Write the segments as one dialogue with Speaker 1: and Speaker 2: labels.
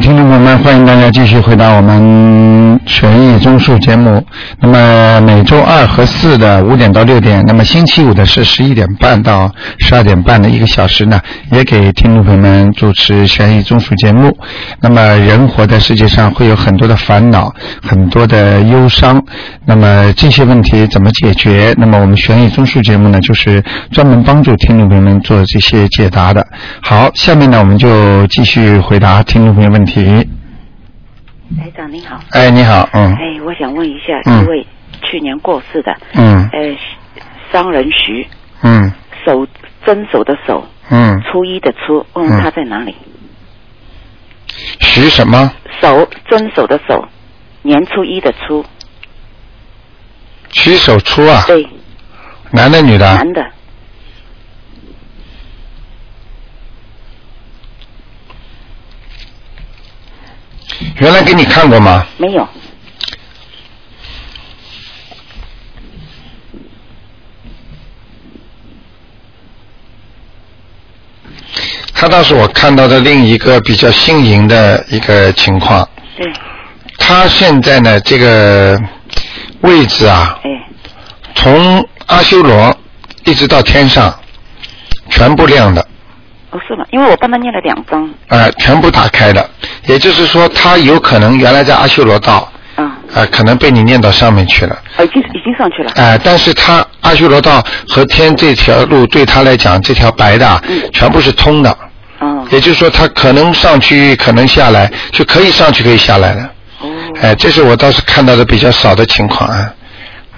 Speaker 1: 听众朋友们，欢迎大家继续回到我们悬疑综述节目。那么每周二和四的五点到六点，那么星期五的是十一点半到十二点半的一个小时呢，也给听众朋友们主持悬疑综述节目。那么人活在世界上会有很多的烦恼，很多的忧伤，那么这些问题怎么解决？那么我们悬疑综述节目呢，就是专门帮助听众朋友们做这些解答的。好，下面呢我们就继续回答听众朋友问题。
Speaker 2: 台长您好，
Speaker 1: 哎，你好，嗯
Speaker 2: 哎，我想问一下
Speaker 1: 嗯
Speaker 2: 一位去年过世的，
Speaker 1: 嗯
Speaker 2: 呃，商人徐，
Speaker 1: 嗯
Speaker 2: 手真手的手，
Speaker 1: 嗯，
Speaker 2: 初一的初，问
Speaker 1: 嗯
Speaker 2: 他在哪里？
Speaker 1: 徐什么？
Speaker 2: 手真手的手，年初一的初，
Speaker 1: 徐守初啊？
Speaker 2: 对，
Speaker 1: 男的女的？
Speaker 2: 男的，
Speaker 1: 原来给你看过吗？
Speaker 2: 没有，
Speaker 1: 他倒是我看到的另一个比较新颖的一个情况。
Speaker 2: 对，
Speaker 1: 他现在呢，这个位置啊，
Speaker 2: 哎，
Speaker 1: 从阿修罗一直到天上，全部亮的，
Speaker 2: 哦是吗？因为我帮他念了两张，
Speaker 1: 呃，全部打开的。也就是说，他有可能原来在阿修罗道，
Speaker 2: 啊、
Speaker 1: 呃，可能被你念到上面去了。
Speaker 2: 哦，已经已经上去了，
Speaker 1: 哎、但是他阿修罗道和天这条路对他来讲，这条白的啊
Speaker 2: 嗯
Speaker 1: 全部是通的，
Speaker 2: 哦，
Speaker 1: 也就是说他可能上去，可能下来，就可以上去，可以下来了。
Speaker 2: 哦，
Speaker 1: 哎、这是我倒是看到的比较少的情况啊。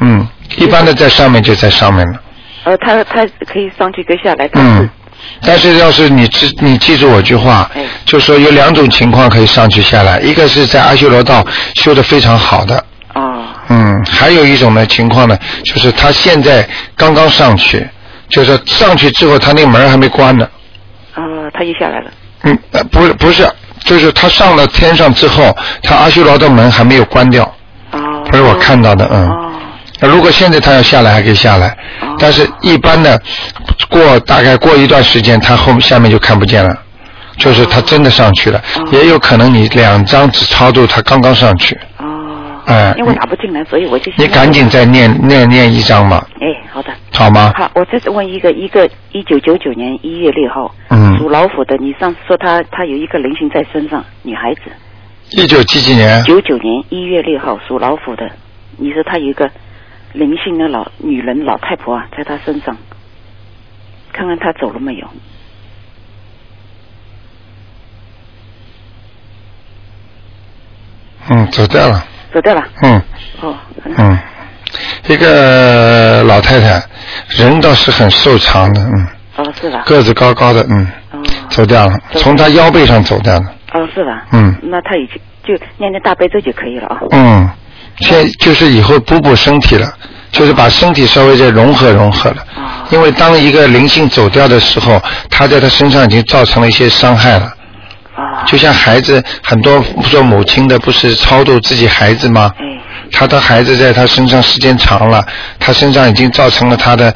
Speaker 1: 嗯，一般的在上面就在上面了。
Speaker 2: 呃，他他可以上去跟下来，他是
Speaker 1: 嗯，但是要是你记你记住我句话
Speaker 2: 哎，
Speaker 1: 就说有两种情况可以上去下来，一个是在阿修罗道修的非常好的，
Speaker 2: 哦，
Speaker 1: 嗯，还有一种呢情况呢，就是他现在刚刚上去，就是上去之后他那个门还没关呢。
Speaker 2: 哦，他又下来了，
Speaker 1: 嗯，呃不是不是，就是他上了天上之后，他阿修罗的门还没有关掉。
Speaker 2: 哦，
Speaker 1: 不是我看到的嗯
Speaker 2: 哦，
Speaker 1: 那如果现在他要下来，还可以下来
Speaker 2: 哦，
Speaker 1: 但是一般的过大概过一段时间，他后下面就看不见了，就是他真的上去了，
Speaker 2: 哦
Speaker 1: 也有可能你两张纸超度他刚刚上去，
Speaker 2: 哦，
Speaker 1: 哎
Speaker 2: 因为我打不进来，所以我就
Speaker 1: 你赶紧啊再念念念一张嘛，
Speaker 2: 哎，好的。
Speaker 1: 好吗？
Speaker 2: 好，我再问一个，一个一九九九年一月六号，属
Speaker 1: 嗯，
Speaker 2: 老虎的，你上次说她她有一个灵性在身上，女孩子，
Speaker 1: 一九几几年？
Speaker 2: 九九年一月六号属老虎的，你说她有一个灵性的老女人老太婆啊，在她身上，看看她走了没有？
Speaker 1: 嗯，走掉了。
Speaker 2: 走掉了。
Speaker 1: 嗯
Speaker 2: 哦，
Speaker 1: 嗯，一个老太太，人倒是很瘦长的，嗯，
Speaker 2: 哦是吧？
Speaker 1: 个子高高的，嗯，
Speaker 2: 哦
Speaker 1: 走掉了，
Speaker 2: 走
Speaker 1: 从她腰背上走掉了。
Speaker 2: 哦是吧？
Speaker 1: 嗯
Speaker 2: 那她已经就念念大悲咒就可以了啊。
Speaker 1: 嗯，现就是以后补补身体了，就是把身体稍微再融合融合了。
Speaker 2: 哦
Speaker 1: 因为当一个灵性走掉的时候，他在他身上已经造成了一些伤害了。
Speaker 2: 哦，
Speaker 1: 就像孩子很多做母亲的不是超度自己孩子吗？
Speaker 2: 哎
Speaker 1: 他的孩子在他身上时间长了，他身上已经造成了他的，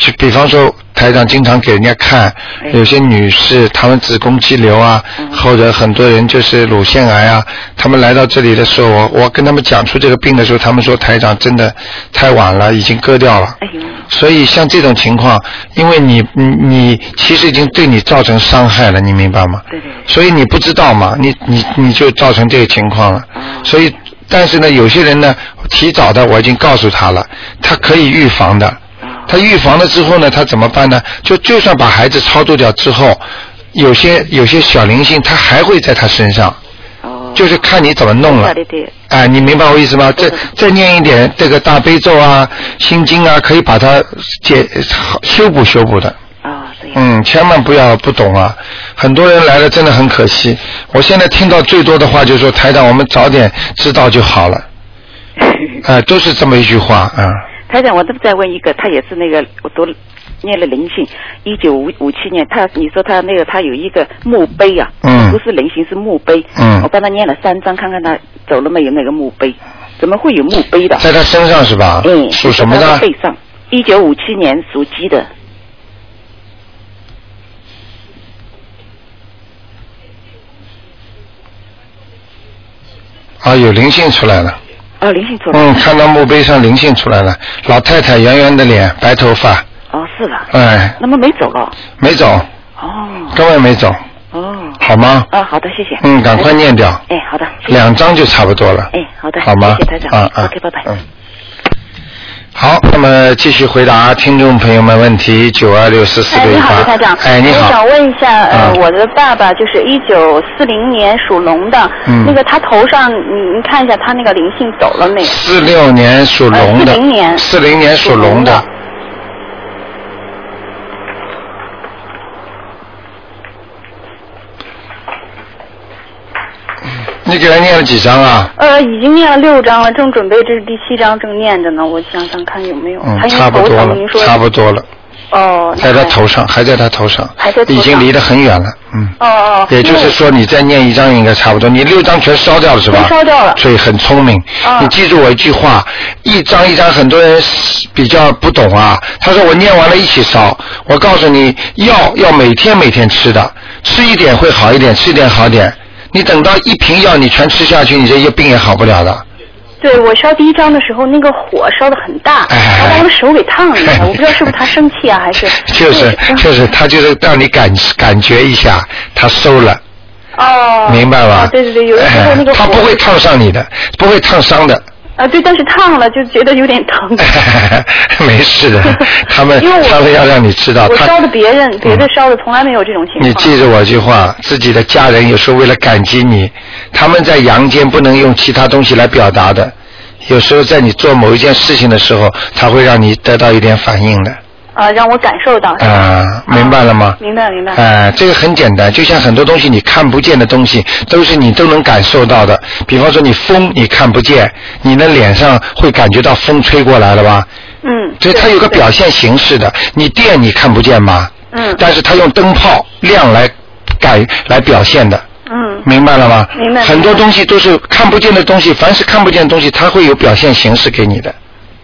Speaker 1: 就比方说台长经常给人家看，
Speaker 2: 哎
Speaker 1: 有些女士她们子宫肌瘤啊，
Speaker 2: 嗯
Speaker 1: 或者很多人就是乳腺癌啊，他们来到这里的时候，我我跟他们讲出这个病的时候，他们说台长真的太晚了，已经割掉了。
Speaker 2: 哎呦，
Speaker 1: 所以像这种情况，因为你你你其实已经对你造成伤害了，你明白吗？
Speaker 2: 对对对，
Speaker 1: 所以你不知道嘛，你你你就造成这个情况了。
Speaker 2: 哦
Speaker 1: 所以，但是呢，有些人呢，提早的我已经告诉他了，他可以预防的。
Speaker 2: 哦
Speaker 1: 他预防了之后呢，他怎么办呢？就就算把孩子超度掉之后，有些有些小灵性，他还会在他身上，
Speaker 2: 哦，
Speaker 1: 就是看你怎么弄了
Speaker 2: 对。对对，
Speaker 1: 哎，你明白我意思吗？再再念一点这个大悲咒啊、心经啊，可以把它解好修补修补的。
Speaker 2: 哦这样，
Speaker 1: 嗯，千万不要不懂啊！很多人来了真的很可惜。我现在听到最多的话就是说，台长，我们早点知道就好了。啊、都是这么一句话啊、
Speaker 2: 台长，我这不再问一个，他也是那个我读念了灵性，一九五五七年，他你说他那个他有一个墓碑啊，
Speaker 1: 嗯
Speaker 2: 不是灵性是墓碑，
Speaker 1: 嗯
Speaker 2: 我帮他念了三张，看看他走了没有那个墓碑，怎么会有墓碑的？
Speaker 1: 在他身上是吧？
Speaker 2: 啊嗯，
Speaker 1: 属什么
Speaker 2: 在他
Speaker 1: 的？
Speaker 2: 背上，一九五七年属鸡的，
Speaker 1: 啊，有灵性出来了。
Speaker 3: 哦，灵性出来了。
Speaker 1: 嗯，看到墓碑上灵性出来了，老太太圆圆的脸，白头发，
Speaker 3: 哦，是了。
Speaker 1: 哎，
Speaker 3: 那么没走了。
Speaker 1: 没走，
Speaker 3: 哦
Speaker 1: 根本没走，
Speaker 3: 哦。
Speaker 1: 好吗？
Speaker 3: 啊，好的，谢谢。
Speaker 1: 嗯，赶快念掉，
Speaker 3: 哎，好的，谢谢。
Speaker 1: 两张就差不多了。
Speaker 3: 哎，好的，
Speaker 1: 好吗？
Speaker 3: 谢谢台长。
Speaker 1: 啊啊
Speaker 3: OK，拜拜。
Speaker 2: 哎
Speaker 1: 嗯。好，那么继续回答听众朋友们问题，九二六四四
Speaker 2: 哎，
Speaker 1: 六
Speaker 2: 你好，
Speaker 1: 八
Speaker 2: 刘台长。。
Speaker 1: 哎，你
Speaker 2: 我
Speaker 1: 好
Speaker 2: 想。问一下，呃，
Speaker 1: 嗯
Speaker 2: 我的爸爸就是一九四零年属龙的，
Speaker 1: 嗯
Speaker 2: 那个他头上，你你看一下他那个灵性走了没有？
Speaker 1: 四六年属龙的。
Speaker 2: 呃40年
Speaker 1: 四零年属龙的。
Speaker 2: 嗯
Speaker 1: 你给他念了几张啊？
Speaker 2: 呃，已经念了六章了，正准备这是第七章，正念着呢。我想想看有没有。他
Speaker 1: 嗯，
Speaker 2: 因
Speaker 1: 差
Speaker 2: 为
Speaker 1: 不
Speaker 2: 头
Speaker 1: 多
Speaker 2: 疼，您
Speaker 1: 了，
Speaker 2: 说
Speaker 1: 差不多了，
Speaker 2: 哦，
Speaker 1: 在他
Speaker 2: 那还
Speaker 1: 头上，还在他头上
Speaker 2: 还在，头
Speaker 1: 已经
Speaker 2: 上
Speaker 1: 离得很远了，嗯。
Speaker 2: 哦哦，
Speaker 1: 也就
Speaker 2: 因为
Speaker 1: 是说，你再念一张应该差不多，你六张全烧掉了是吧？
Speaker 2: 全烧掉了
Speaker 1: 所以很聪明。
Speaker 2: 啊
Speaker 1: 你记住我一句话，一张一张，很多人比较不懂啊。他说我念完了一起烧，我告诉你，药要每天每天吃的，吃一点会好一点，吃一点好一点。你等到一瓶药你全吃下去，你这些病也好不了的。
Speaker 2: 对我烧第一章的时候，那个火烧的很大，
Speaker 1: 哎
Speaker 2: 然后把我的手给烫 了一下。我不知道是不是他生气啊，还是
Speaker 1: 就是
Speaker 2: 对
Speaker 1: 就是，他就是让你感感觉一下，他收了。
Speaker 2: 哦，
Speaker 1: 明白吧？
Speaker 2: 哦对对对，有的时候那个
Speaker 1: 哎
Speaker 2: 火
Speaker 1: 他不会烫伤你的，不会烫伤的。
Speaker 2: 啊，对，但是烫了就觉得有点疼。
Speaker 1: 哎 没事 的，他们
Speaker 2: 因为我
Speaker 1: 他们哎要让你知道，
Speaker 2: 我
Speaker 1: 他
Speaker 2: 烧的别人，别的
Speaker 1: 嗯
Speaker 2: 烧的从来没有这种情况。
Speaker 1: 你记住我一句话，自己的家人有时候为了感激你，他们在阳间不能用其他东西来表达的，有时候在你做某一件事情的时候，他会让你得到一点反应的
Speaker 2: 啊，让我感受到。
Speaker 1: 啊、明白了吗？
Speaker 2: 明白明白。
Speaker 1: 哎、这个很简单，就像很多东西你看不见的东西，都是你都能感受到的。比方说你风你看不见，你的脸上会感觉到风吹过来了吧？
Speaker 2: 嗯。
Speaker 1: 所以它有个表现形式的。你电你看不见吗？
Speaker 2: 嗯
Speaker 1: 但是它用灯泡亮来改来表现的，
Speaker 2: 嗯
Speaker 1: 明白了吗？
Speaker 2: 明白
Speaker 1: 很多
Speaker 2: 明白
Speaker 1: 东西都是看不见的东西，凡是看不见的东西，它会有表现形式给你的。嗯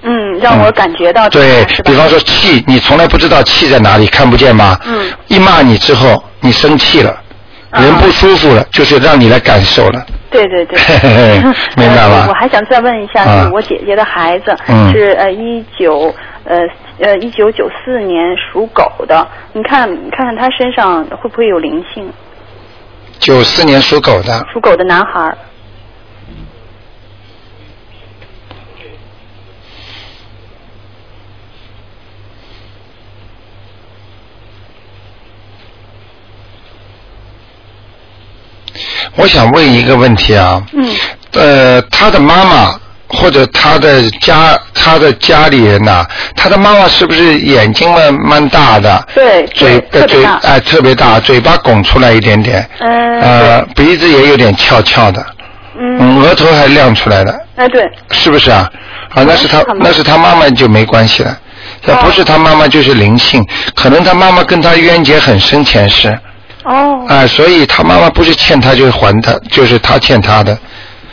Speaker 2: 嗯，让我感觉到。
Speaker 1: 对
Speaker 2: 是，吧
Speaker 1: 比方说气，你从来不知道气在哪里，看不见吗？
Speaker 2: 嗯。
Speaker 1: 一骂你之后，你生气了，
Speaker 2: 啊
Speaker 1: 人不舒服了，就是让你来感受了。，
Speaker 2: 对对对
Speaker 1: 明白吧
Speaker 2: 呃我还想再问一下，
Speaker 1: 啊
Speaker 2: 就是我姐姐的孩子、
Speaker 1: 嗯
Speaker 2: 是呃一九呃呃一九九四年属狗的，你看看看他身上会不会有灵性？
Speaker 1: 九四年属狗的，
Speaker 2: 属狗的男孩儿，
Speaker 1: 我想问一个问题啊，
Speaker 2: 嗯，
Speaker 1: 呃，他的妈妈或者他的家，他的家里人呐、他的妈妈是不是眼睛蛮蛮大的？
Speaker 2: 对，
Speaker 1: 嘴呃
Speaker 2: 对特别
Speaker 1: 嘴
Speaker 2: 大，
Speaker 1: 哎特别大，嘴巴拱出来一点点，
Speaker 2: 嗯
Speaker 1: 呃鼻子也有点翘翘的，
Speaker 2: 嗯，
Speaker 1: 嗯，额头还亮出来的，
Speaker 2: 哎对，
Speaker 1: 是不是啊？啊，那是他
Speaker 2: 嗯哦是他妈妈哦
Speaker 1: 那是他妈妈就没关系了，要不是他妈妈就是灵性，可能他妈妈跟他冤结很深前世，
Speaker 2: 哦，
Speaker 1: 啊，所以他妈妈不是欠他就是还他，就是他欠他的，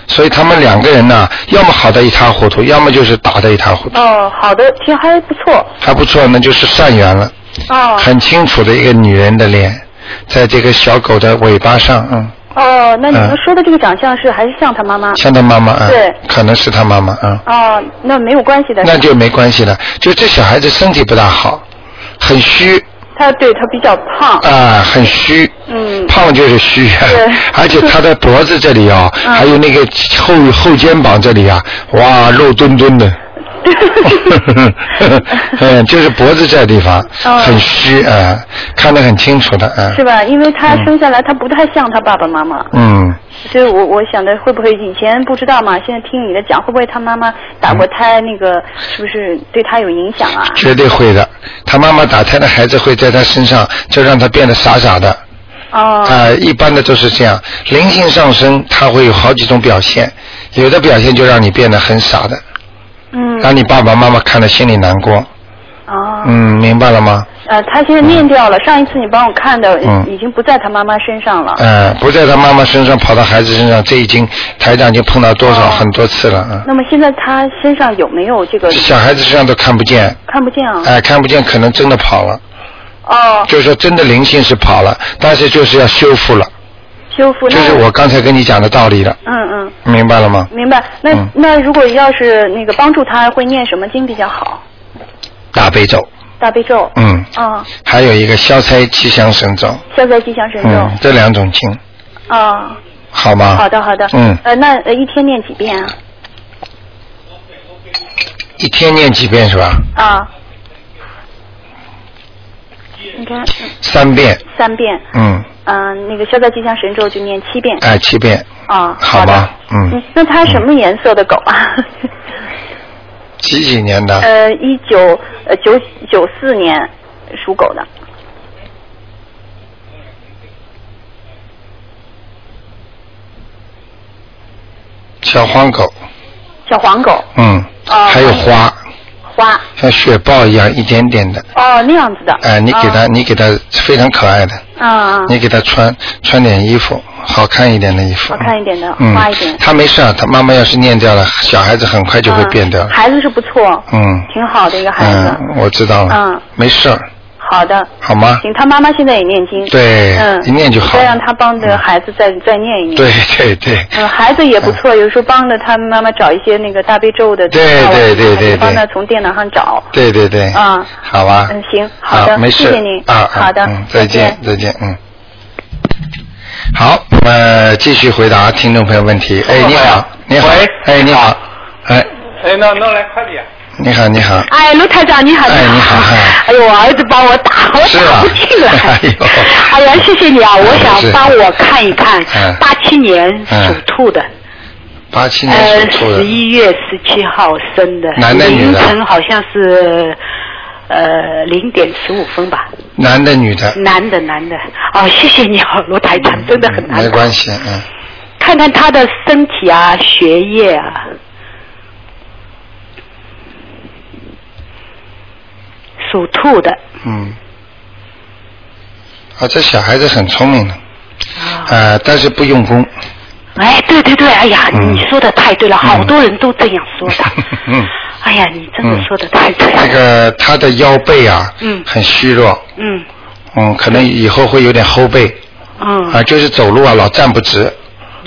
Speaker 1: 所以他们两个人呢、要么好的一塌糊涂，要么就是打的一塌糊涂，
Speaker 2: 哦，好的，其实还不错，
Speaker 1: 还不错，那就是善缘了，
Speaker 2: 哦，
Speaker 1: 很清楚的一个女人的脸，在这个小狗的尾巴上，嗯，
Speaker 2: 哦，那你
Speaker 1: 嗯
Speaker 2: 们说的这个长相是还是像他妈妈？
Speaker 1: 像他妈妈啊，
Speaker 2: 对
Speaker 1: 可能是他妈妈啊，
Speaker 2: 哦，那没有关系的，
Speaker 1: 那就没关系了，就这小孩子身体不大好，很虚
Speaker 2: 他对他比较胖，
Speaker 1: 啊，很虚，
Speaker 2: 嗯，
Speaker 1: 胖就是虚，
Speaker 2: 对
Speaker 1: 而且他的脖子这里啊，
Speaker 2: 嗯
Speaker 1: 还有那个后后肩膀这里啊，哇，肉墩墩 的，嗯，就是脖子这地方
Speaker 2: 哦
Speaker 1: 很虚啊、呃看得很清楚的啊
Speaker 2: 是。吧？因为他生下来他不太像他爸爸妈妈，
Speaker 1: 嗯，
Speaker 2: 所以我我想着会不会以前不知道嘛，现在听你的讲，会不会他妈妈打
Speaker 1: 嗯
Speaker 2: 过胎，那个是不是对他有影响啊？
Speaker 1: 绝对会的。他妈妈打胎的孩子会在他身上，就让他变得傻傻的。
Speaker 2: 哦，
Speaker 1: 啊、一般的都是这样。灵性上升，它会有好几种表现，有的表现就让你变得很傻的，
Speaker 2: 嗯，
Speaker 1: 让你爸爸妈妈看了心里难过。
Speaker 2: 哦，
Speaker 1: 啊嗯，明白了吗？
Speaker 2: 呃，他现在念掉了，上一次你帮我看的
Speaker 1: 嗯
Speaker 2: 已经不在他妈妈身上了。
Speaker 1: 呃，不在他妈妈身上，跑到孩子身上，这已经台长已经碰到多少、
Speaker 2: 哦
Speaker 1: 很多次了啊。
Speaker 2: 那么现在他身上有没有这个
Speaker 1: 这小孩子身上都看不见，
Speaker 2: 看不见啊？
Speaker 1: 哎、看不见，可能真的跑了，
Speaker 2: 哦，
Speaker 1: 就是说真的灵性是跑了，但是就是要修复了，
Speaker 2: 修复。
Speaker 1: 就是
Speaker 2: 那
Speaker 1: 我刚才跟你讲的道理了，
Speaker 2: 嗯嗯，
Speaker 1: 明白了吗？
Speaker 2: 明白。那、
Speaker 1: 嗯
Speaker 2: 那如果要是那个帮助他，会念什么经比较好？
Speaker 1: 大悲咒，
Speaker 2: 大悲咒。
Speaker 1: 嗯，
Speaker 2: 啊，
Speaker 1: 还有一个消灾吉祥神咒，
Speaker 2: 消灾吉祥神咒。
Speaker 1: 嗯，这两种经，
Speaker 2: 啊，
Speaker 1: 好吗？
Speaker 2: 好的好的。
Speaker 1: 嗯，
Speaker 2: 呃，那呃一天念几遍啊？
Speaker 1: 一天念几遍是吧？
Speaker 2: 啊。你看，嗯
Speaker 1: 三遍，
Speaker 2: 三遍，
Speaker 1: 嗯，
Speaker 2: 嗯、那个消灾吉祥神咒就念七遍
Speaker 1: 哎，七遍，
Speaker 2: 啊。
Speaker 1: 好
Speaker 2: 的
Speaker 1: 吧嗯
Speaker 2: 嗯。那它什么颜色的狗啊？
Speaker 1: 几几年的？
Speaker 2: 呃，一九呃九九四年属狗的。
Speaker 1: 小黄狗，
Speaker 2: 小黄狗，
Speaker 1: 嗯，
Speaker 2: 哦
Speaker 1: 还有花，
Speaker 2: 花，
Speaker 1: 像雪豹一样一点点的，
Speaker 2: 哦，那样子的。
Speaker 1: 哎，你给它，
Speaker 2: 啊
Speaker 1: 你给它非常可爱的，
Speaker 2: 嗯，嗯
Speaker 1: 你给它穿穿点衣服，好看一点的衣服，
Speaker 2: 好看一点的，
Speaker 1: 嗯
Speaker 2: 花一点，。
Speaker 1: 他没事啊，他妈妈要是念掉了，小孩子很快就会变掉
Speaker 2: 嗯
Speaker 1: 了。
Speaker 2: 孩子是不错，
Speaker 1: 嗯
Speaker 2: 挺好的一个孩子。
Speaker 1: 嗯，我知道了。
Speaker 2: 嗯
Speaker 1: 没事儿，
Speaker 2: 好的，
Speaker 1: 好吗？
Speaker 2: 行，他妈妈现在也念经。
Speaker 1: 对
Speaker 2: 嗯，
Speaker 1: 一念就好嗯
Speaker 2: 再让他帮着孩子再再念一念。。
Speaker 1: 对对对。
Speaker 2: 嗯，孩子也不错，有时候帮着他妈妈找一些那个大悲咒的资料啊，
Speaker 1: 对对对对对
Speaker 2: 帮他从电脑上找。
Speaker 1: 对对对。
Speaker 2: 嗯
Speaker 1: 好吧。
Speaker 2: 嗯行好的
Speaker 1: 没事。
Speaker 2: 谢谢您
Speaker 1: 啊，
Speaker 2: 好的
Speaker 1: 嗯，再
Speaker 2: 再
Speaker 1: 见
Speaker 2: 见，
Speaker 1: 再见，嗯。好，那么继续回答听众朋友问题。哎，你好，你好，哎，你好，哎，
Speaker 4: 哎，那那来快点。
Speaker 1: 你好，你好，
Speaker 5: 哎，卢台长你好，
Speaker 1: 哎你好哎
Speaker 5: 哎呦，我儿子帮我打， 我
Speaker 1: 是吧
Speaker 5: 打不进来。
Speaker 1: 哎呦
Speaker 5: 哎呀，谢谢你啊！
Speaker 1: 嗯
Speaker 5: 我
Speaker 1: 是
Speaker 5: 想帮我看一看
Speaker 1: 嗯，
Speaker 5: 八七年属兔的，
Speaker 1: 八七嗯年
Speaker 5: 呃
Speaker 1: 属，兔的
Speaker 5: 十，一月十七号生的，
Speaker 1: 男的女
Speaker 5: 凌
Speaker 1: 的
Speaker 5: 晨好像是呃零点十五分吧，
Speaker 1: 男的女的，
Speaker 5: 男的男的。哦，谢谢你啊，卢台长，真的很
Speaker 1: 嗯
Speaker 5: 难
Speaker 1: 没
Speaker 5: 打。
Speaker 1: 关系，嗯，
Speaker 5: 看看他的身体啊，学业啊。属兔的，
Speaker 1: 嗯，啊，这小孩子很聪明的，
Speaker 5: 啊
Speaker 1: 呃，但是不用功，
Speaker 5: 哎，对对对，哎呀，
Speaker 1: 嗯
Speaker 5: 你说的太对了，
Speaker 1: 嗯。
Speaker 5: 好多人都这样说的
Speaker 1: 嗯
Speaker 5: 哎呀，你真的说的太对了。
Speaker 1: 那个他的腰背啊，
Speaker 5: 嗯
Speaker 1: 很虚弱，
Speaker 5: 嗯
Speaker 1: 嗯，可能以后会有点后背，
Speaker 5: 嗯、
Speaker 1: 啊，就是走路啊老站不直，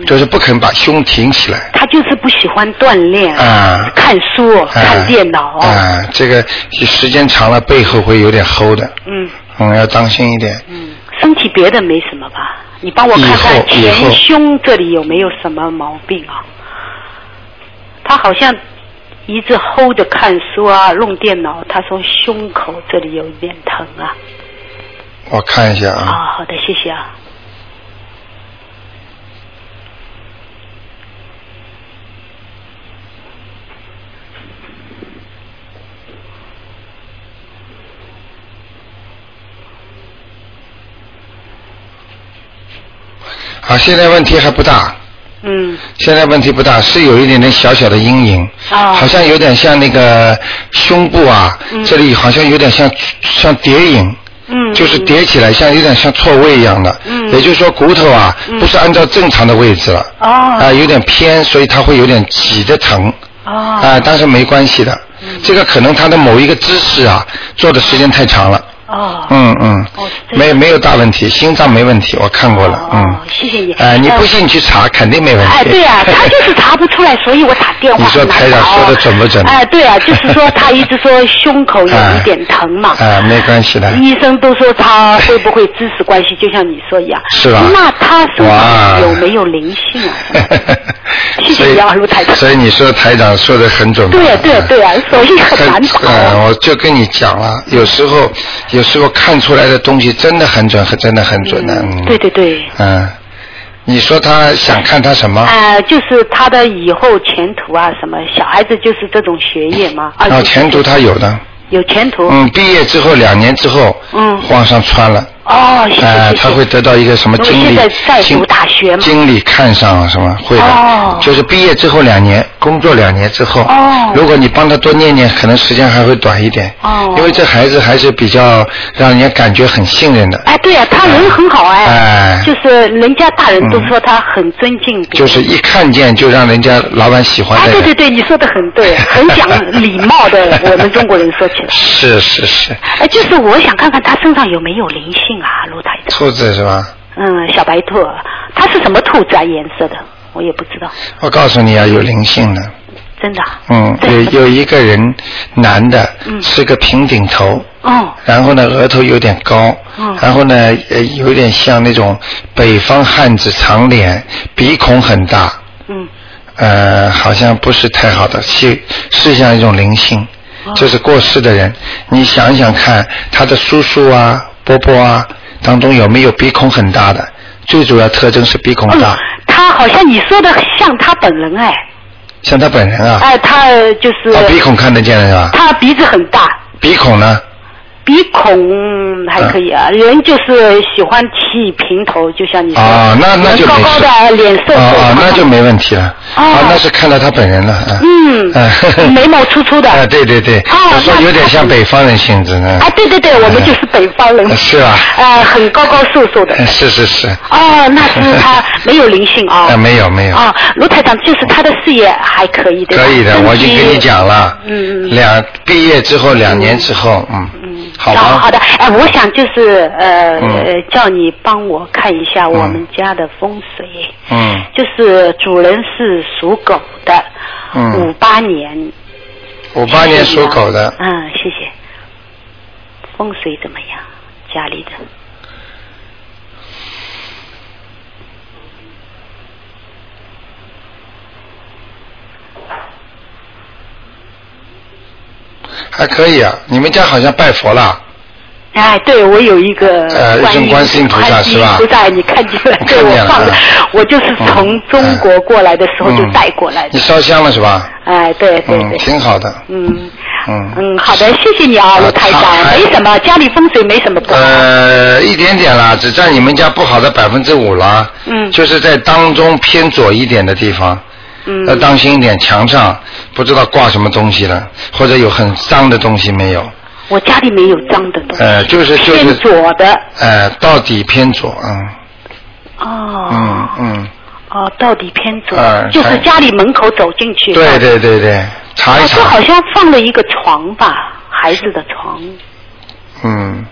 Speaker 1: 就是不肯把胸挺起来，
Speaker 5: 他就是不喜欢锻炼，
Speaker 1: 啊
Speaker 5: 看书、看电脑，
Speaker 1: 啊，啊这个时间长了背后会有点齁的，
Speaker 5: 嗯
Speaker 1: 嗯，要当心一点。
Speaker 5: 嗯，身体别的没什么吧？你帮我看
Speaker 1: 以
Speaker 5: 看
Speaker 1: 后以后
Speaker 5: 前胸这里有没有什么毛病啊？他好像一直 hold 着看书啊，弄电脑，他说胸口这里有一点疼啊。
Speaker 1: 我看一下
Speaker 5: 啊、
Speaker 1: 啊，
Speaker 5: 好的，谢谢啊。
Speaker 1: 啊，现在问题还不大，
Speaker 5: 嗯，
Speaker 1: 现在问题不大，是有一点点小小的阴影，
Speaker 5: 啊、
Speaker 1: 好像有点像那个胸部啊，
Speaker 5: 嗯
Speaker 1: 这里好像有点像像蝶影，
Speaker 5: 嗯，
Speaker 1: 就是叠起来像有点像错位一样的，
Speaker 5: 嗯
Speaker 1: 也就是说骨头啊、
Speaker 5: 嗯
Speaker 1: 不是按照正常的位置了，
Speaker 5: 哦
Speaker 1: 啊、有点偏，所以它会有点挤得疼，
Speaker 5: 哦
Speaker 1: 啊、但是没关系的，
Speaker 5: 嗯
Speaker 1: 这个可能他的某一个姿势啊做的时间太长了，
Speaker 5: 哦
Speaker 1: 嗯嗯，
Speaker 5: 哦是这样
Speaker 1: 没没有大问题，心脏没问题，我看过了，
Speaker 5: 哦
Speaker 1: 嗯，
Speaker 5: 哦谢谢你
Speaker 1: 哎、你
Speaker 5: 呃
Speaker 1: 不信去查，肯定没问题。
Speaker 5: 哎，对啊，他就是查不出来，所以我打电话
Speaker 1: 你说
Speaker 5: 很难
Speaker 1: 台长
Speaker 5: 找
Speaker 1: 说的准不准
Speaker 5: 哎，对啊，就是说他一直说胸口有一点疼嘛。嗯
Speaker 1: 哎哎没关系的
Speaker 5: 医生都说他会不会知识关系，就像你说一样。
Speaker 1: 是吧
Speaker 5: 那他身
Speaker 1: 哇
Speaker 5: 上有没有灵性啊？ 谢
Speaker 1: 所
Speaker 5: 谢
Speaker 1: 以
Speaker 5: 你啊，卢台长。
Speaker 1: 所以你说台长说的很准吧。
Speaker 5: 对啊对啊对啊所 以很 难找啊
Speaker 1: 嗯，我就跟你讲了，有时候有时候看出来的东西真的很准，很真的很准的。嗯。
Speaker 5: 对对对。
Speaker 1: 嗯，你说他想看他什么？
Speaker 5: 呃，就是他的以后前途啊，什么小孩子就是这种学业嘛，啊，
Speaker 1: 啊，前途他有的，
Speaker 5: 有前途。
Speaker 1: 嗯，毕业之后两年之后，
Speaker 5: 哦嗯
Speaker 1: 往上穿了，
Speaker 5: 哦，谢谢
Speaker 1: 哎，
Speaker 5: 谢谢
Speaker 1: 他会得到一个什么
Speaker 5: 因为
Speaker 1: 经
Speaker 5: 现
Speaker 1: 理
Speaker 5: 在在，
Speaker 1: 经
Speaker 5: 读大学嘛。
Speaker 1: 经理看上了什么会的
Speaker 5: 哦，
Speaker 1: 就是毕业之后两年，工作两年之后
Speaker 5: 哦，
Speaker 1: 如果你帮他多念念，可能时间还会短一点，
Speaker 5: 哦
Speaker 1: 因为这孩子还是比较让人家感觉很信任的，
Speaker 5: 哎，对呀、他人很好哎，
Speaker 1: 哎嗯
Speaker 5: 就是人家大人都说他很尊敬别人，
Speaker 1: 就是一看见就让人家老板喜欢
Speaker 5: 哎，
Speaker 1: 的
Speaker 5: 对对
Speaker 1: 人。
Speaker 5: 对，你说的很 对，很讲礼貌的，我们中国人说起来。
Speaker 1: 是是是，
Speaker 5: 哎，就是我想看看他身上有没有灵性啊，卢台长。
Speaker 1: 兔子是吧？
Speaker 5: 嗯，小白兔，它是什么兔子啊？颜色的我也不知道，
Speaker 1: 我告诉你啊，有灵性的。
Speaker 5: 真的、啊。
Speaker 1: 嗯，
Speaker 5: 这
Speaker 1: 有
Speaker 5: 是什么
Speaker 1: 有一个人，男的，
Speaker 5: 嗯
Speaker 1: 是个平顶头，
Speaker 5: 哦
Speaker 1: 然后呢额头有点高，
Speaker 5: 嗯
Speaker 1: 然后呢呃有点像那种北方汉子长脸，鼻孔很大，
Speaker 5: 嗯
Speaker 1: 呃，好像不是太好的，是是像一种灵性，
Speaker 5: 哦
Speaker 1: 就是过世的人。你想想看，他的叔叔啊、伯伯啊当中有没有鼻孔很大的？最主要特征是鼻孔大
Speaker 5: 哦，，他好像你说的像他本人哎，
Speaker 1: 像他本人啊，
Speaker 5: 哎他呃就是、
Speaker 1: 啊鼻孔看得见的是吧？
Speaker 5: 他鼻子很大，
Speaker 1: 鼻孔呢？
Speaker 5: 鼻孔还可以啊，人就是喜欢剃平头，就像你说，
Speaker 1: 啊，那那就
Speaker 5: 人
Speaker 1: 没
Speaker 5: 高
Speaker 1: 事。
Speaker 5: 高的，脸瘦瘦的，
Speaker 1: 啊啊，那就没问题了。
Speaker 5: 哦
Speaker 1: 啊，那是看到他本人了。啊、
Speaker 5: 嗯
Speaker 1: 啊、
Speaker 5: 眉毛粗粗 的
Speaker 1: 啊，对对对。
Speaker 5: 哦
Speaker 1: 我说
Speaker 5: 那
Speaker 1: 有点像北方人性质呢。
Speaker 5: 啊，对对对，我们
Speaker 1: 嗯
Speaker 5: 就是北方人，
Speaker 1: 是啊吧
Speaker 5: 呃，很高高瘦瘦的。
Speaker 1: 嗯 是是是。
Speaker 5: 哦，那是他没有灵性哦。
Speaker 1: 啊，没有没有。
Speaker 5: 哦，卢台长就是他的事业还可以，对吧？
Speaker 1: 可以的，
Speaker 5: 根基
Speaker 1: 我已经跟你讲了。
Speaker 5: 嗯嗯
Speaker 1: 两毕业之后，两年之后，嗯。
Speaker 5: 嗯，
Speaker 1: 好
Speaker 5: 哦
Speaker 1: 吗？
Speaker 5: 好的，哎，我想就是呃、
Speaker 1: 嗯
Speaker 5: 呃叫你帮我看一下我
Speaker 1: 嗯
Speaker 5: 们家的风水。
Speaker 1: 嗯，
Speaker 5: 就是主人是属狗的，
Speaker 1: 嗯
Speaker 5: 五八年，
Speaker 1: 五八年属狗的，
Speaker 5: 嗯，谢谢。风水怎么样？家里的
Speaker 1: 还可以啊。你们家好像拜佛 了，
Speaker 5: 哎，对，我有一个
Speaker 1: 呃
Speaker 5: 观
Speaker 1: 一尊观世音菩萨
Speaker 5: 观世音
Speaker 1: 是吧
Speaker 5: 菩萨，你看见了？
Speaker 1: 你看
Speaker 5: 对，我
Speaker 1: 见了
Speaker 5: 放的
Speaker 1: 啊，
Speaker 5: 我就是从中国过来的时候就
Speaker 1: 嗯
Speaker 5: 带过来的
Speaker 1: 你。烧香了是吧？
Speaker 5: 哎，对对
Speaker 1: 嗯，
Speaker 5: 对。
Speaker 1: 挺好的。
Speaker 5: 嗯
Speaker 1: 嗯
Speaker 5: 嗯，好的，谢谢你啊，
Speaker 1: 啊
Speaker 5: 卢台长
Speaker 1: 他，
Speaker 5: 没什么，家里风水没什么不好。
Speaker 1: 呃，一点点啦，只占你们家不好的百分之五啦。
Speaker 5: 嗯
Speaker 1: 就是在当中偏左一点的地方，
Speaker 5: 嗯
Speaker 1: 要当心一点，墙上不知道挂什么东西了，或者有很脏的东西没有。
Speaker 5: 我家里没有脏的东西。
Speaker 1: 呃，就是就是
Speaker 5: 偏左的。
Speaker 1: 呃，到底偏左，嗯
Speaker 5: 哦。
Speaker 1: 嗯嗯，
Speaker 5: 哦，到底偏左，
Speaker 1: 哎
Speaker 5: 就是
Speaker 1: 哎
Speaker 5: 家里门口走进去。
Speaker 1: 对对对对，查一
Speaker 5: 老师
Speaker 1: 查
Speaker 5: 啊哦好，像放了一个床吧，孩子的床。
Speaker 1: 嗯，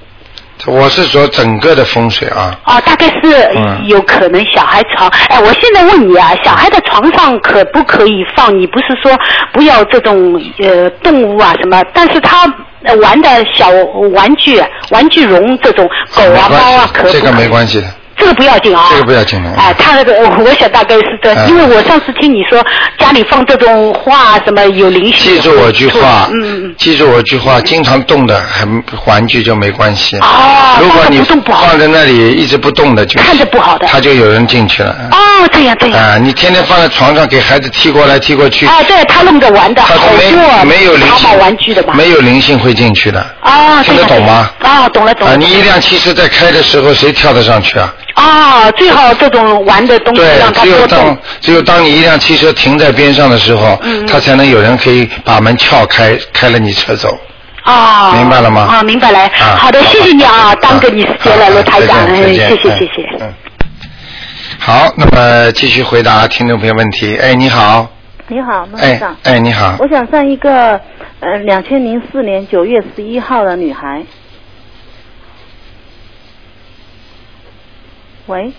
Speaker 1: 我是说整个的风水啊，
Speaker 5: 哦，大概是
Speaker 1: 嗯
Speaker 5: 有可能小孩床。哎，我现在问你啊，小孩的床上可不可以放？你不是说不要这种呃动物啊什么？但是他呃玩的小玩具、玩具绒这种狗
Speaker 1: 没
Speaker 5: 啊、
Speaker 1: 关
Speaker 5: 猫啊
Speaker 1: 系，
Speaker 5: 可不可以
Speaker 1: 这个没关系的，
Speaker 5: 这个不要紧啊，
Speaker 1: 这个不要紧的
Speaker 5: 哎，他那个，我我想大概是这，
Speaker 1: 哎
Speaker 5: 因为我上次听你说家里放这种画什么有灵
Speaker 1: 记
Speaker 5: 性的会吐。
Speaker 1: 住我句话，
Speaker 5: 嗯嗯
Speaker 1: 记住我句话，经常动的很玩具就没关系
Speaker 5: 嗯。。哦，
Speaker 1: 如果
Speaker 5: 放
Speaker 1: 你
Speaker 5: 着不动不好
Speaker 1: 放。在那里一直不动的，就
Speaker 5: 看着不好的
Speaker 1: 他就有人进去了。嗯
Speaker 5: 哦，这样这样。
Speaker 1: 啊，你天天放在床上给孩子踢过来踢过去，
Speaker 5: 哎，对他弄着玩的，
Speaker 1: 他
Speaker 5: 好
Speaker 1: 是
Speaker 5: 多啊
Speaker 1: 没没有灵
Speaker 5: 淘宝
Speaker 1: 性
Speaker 5: 玩具的吧？
Speaker 1: 没有灵性会进去的。
Speaker 5: 哦，
Speaker 1: 听得
Speaker 5: 这样
Speaker 1: 懂吗？
Speaker 5: 这样哦，懂了懂
Speaker 1: 啊，
Speaker 5: 了。
Speaker 1: 你一辆汽车在开的时候，谁跳得上去啊？
Speaker 5: 哦，最好这种玩的东西
Speaker 1: 对
Speaker 5: 嗯让，他
Speaker 1: 只有
Speaker 5: 多
Speaker 1: 当
Speaker 5: 动。
Speaker 1: 只有当你一辆汽车停在边上的时候，
Speaker 5: 嗯嗯
Speaker 1: 它才能有人可以把门撬开，开了你车走。
Speaker 5: 哦，
Speaker 1: 明白了吗
Speaker 5: 哦，明白了。
Speaker 1: 啊
Speaker 5: 好的，谢谢你啊，耽搁你时间了，
Speaker 1: 啊
Speaker 5: 罗台长，
Speaker 1: 再
Speaker 5: 哎
Speaker 1: 见
Speaker 5: 谢
Speaker 1: 再
Speaker 5: 谢
Speaker 1: 见
Speaker 5: 谢
Speaker 1: 嗯
Speaker 5: 谢。
Speaker 1: 嗯。好，那么继续回答听众朋友问题。哎，你好，
Speaker 6: 你好，陆台
Speaker 1: 哎
Speaker 6: 长，
Speaker 1: 哎，你好，
Speaker 6: 我想上一个呃，两千零四年九月十一号的女孩。喂，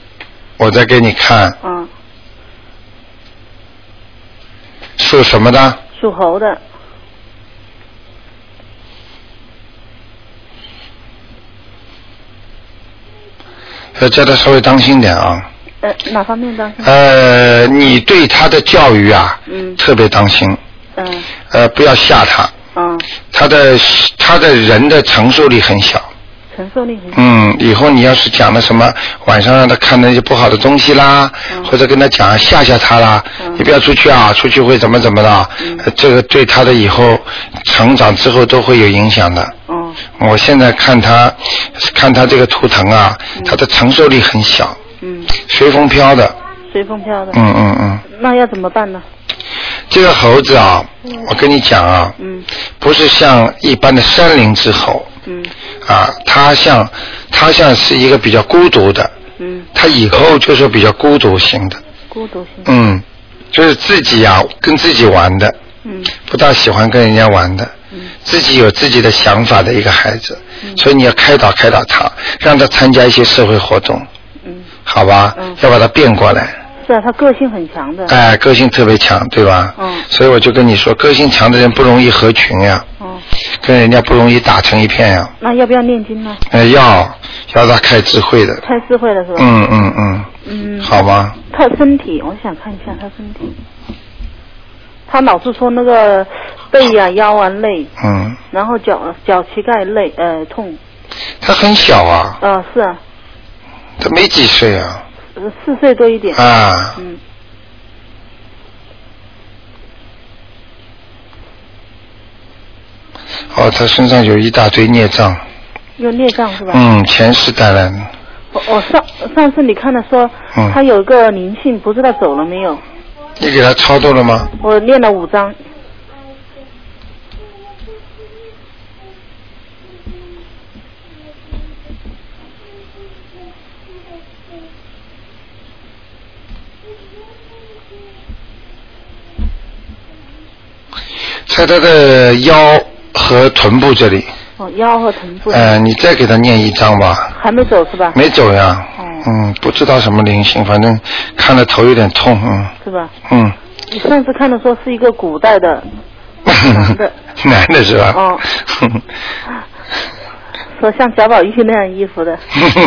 Speaker 1: 我在给你看
Speaker 6: 嗯，
Speaker 1: 属什么的？
Speaker 6: 属猴的，
Speaker 1: 要叫他稍微当心点啊。
Speaker 6: 呃，哪方面当心？
Speaker 1: 呃，你对他的教育啊，
Speaker 6: 嗯
Speaker 1: 特别当心，
Speaker 6: 嗯
Speaker 1: 呃，不要吓他，
Speaker 6: 嗯，
Speaker 1: 他的他的人的承受力很小。
Speaker 6: 承受力很强。
Speaker 1: 嗯，以后你要是讲了什么，晚上让他看那些不好的东西啦，
Speaker 6: 嗯
Speaker 1: 或者跟他讲吓吓他啦，
Speaker 6: 嗯
Speaker 1: 你不要出去啊，出去会怎么怎么的，呃这个对他的以后成长之后都会有影响的。
Speaker 6: 哦，
Speaker 1: 我现在看他，看他这个图腾啊，他的承受力很小，
Speaker 6: 嗯，
Speaker 1: 随风飘的，
Speaker 6: 随风飘的。
Speaker 1: 嗯嗯嗯，
Speaker 6: 那要怎么办呢？
Speaker 1: 这个猴子啊，我跟你讲啊，
Speaker 6: 嗯
Speaker 1: 不是像一般的山林之猴
Speaker 6: 嗯
Speaker 1: 啊，它像它像是一个比较孤独的，
Speaker 6: 嗯，
Speaker 1: 他以后就是比较孤独型的，
Speaker 6: 孤独型。
Speaker 1: 嗯，就是自己呀、跟自己玩的，
Speaker 6: 嗯
Speaker 1: 不大喜欢跟人家玩的，
Speaker 6: 嗯
Speaker 1: 自己有自己的想法的一个孩子，
Speaker 6: 嗯
Speaker 1: 所以你要开导开导他，让他参加一些社会活动，
Speaker 6: 嗯
Speaker 1: 好吧？
Speaker 6: 嗯
Speaker 1: 要把它变过来。
Speaker 6: 是啊，他个性很强的。
Speaker 1: 哎，个性特别强，对吧？
Speaker 6: 嗯
Speaker 1: 所以我就跟你说，个性强的人不容易合群呀，
Speaker 6: 哦，
Speaker 1: 跟人家不容易打成一片呀。
Speaker 6: 那要不要念经呢？
Speaker 1: 哎，要要他开智慧的。
Speaker 6: 开智慧了是吧？
Speaker 1: 嗯嗯嗯，
Speaker 6: 嗯。
Speaker 1: 好吧。
Speaker 6: 他身体，我想看一下他身体。他老是说那个背呀、腰啊累，
Speaker 1: 嗯，
Speaker 6: 然后脚脚膝盖累，呃痛，
Speaker 1: 他很小啊，
Speaker 6: 呃是啊，
Speaker 1: 他没几岁啊。
Speaker 6: 呃四岁多一点。
Speaker 1: 啊，
Speaker 6: 嗯，
Speaker 1: 哦，他身上有一大堆孽障，
Speaker 6: 有孽障是吧？
Speaker 1: 嗯，前世带来的，
Speaker 6: 我我上上次你看的说，
Speaker 1: 嗯
Speaker 6: 他有个灵性，不知道走了没有？
Speaker 1: 你给他超度了吗？
Speaker 6: 我念了五张，
Speaker 1: 在他的腰和臀部这里，
Speaker 6: 哦腰和臀部、
Speaker 1: 呃，你再给他念一张吧，
Speaker 6: 还没走是吧？
Speaker 1: 没走呀
Speaker 6: 哦，
Speaker 1: 嗯，不知道什么灵性，反正看着头有点痛，嗯
Speaker 6: 是吧？
Speaker 1: 嗯。
Speaker 6: 你上次看的说是一个古 代的，男的
Speaker 1: 男的是吧？
Speaker 6: 哦说像贾宝玉那样衣服的，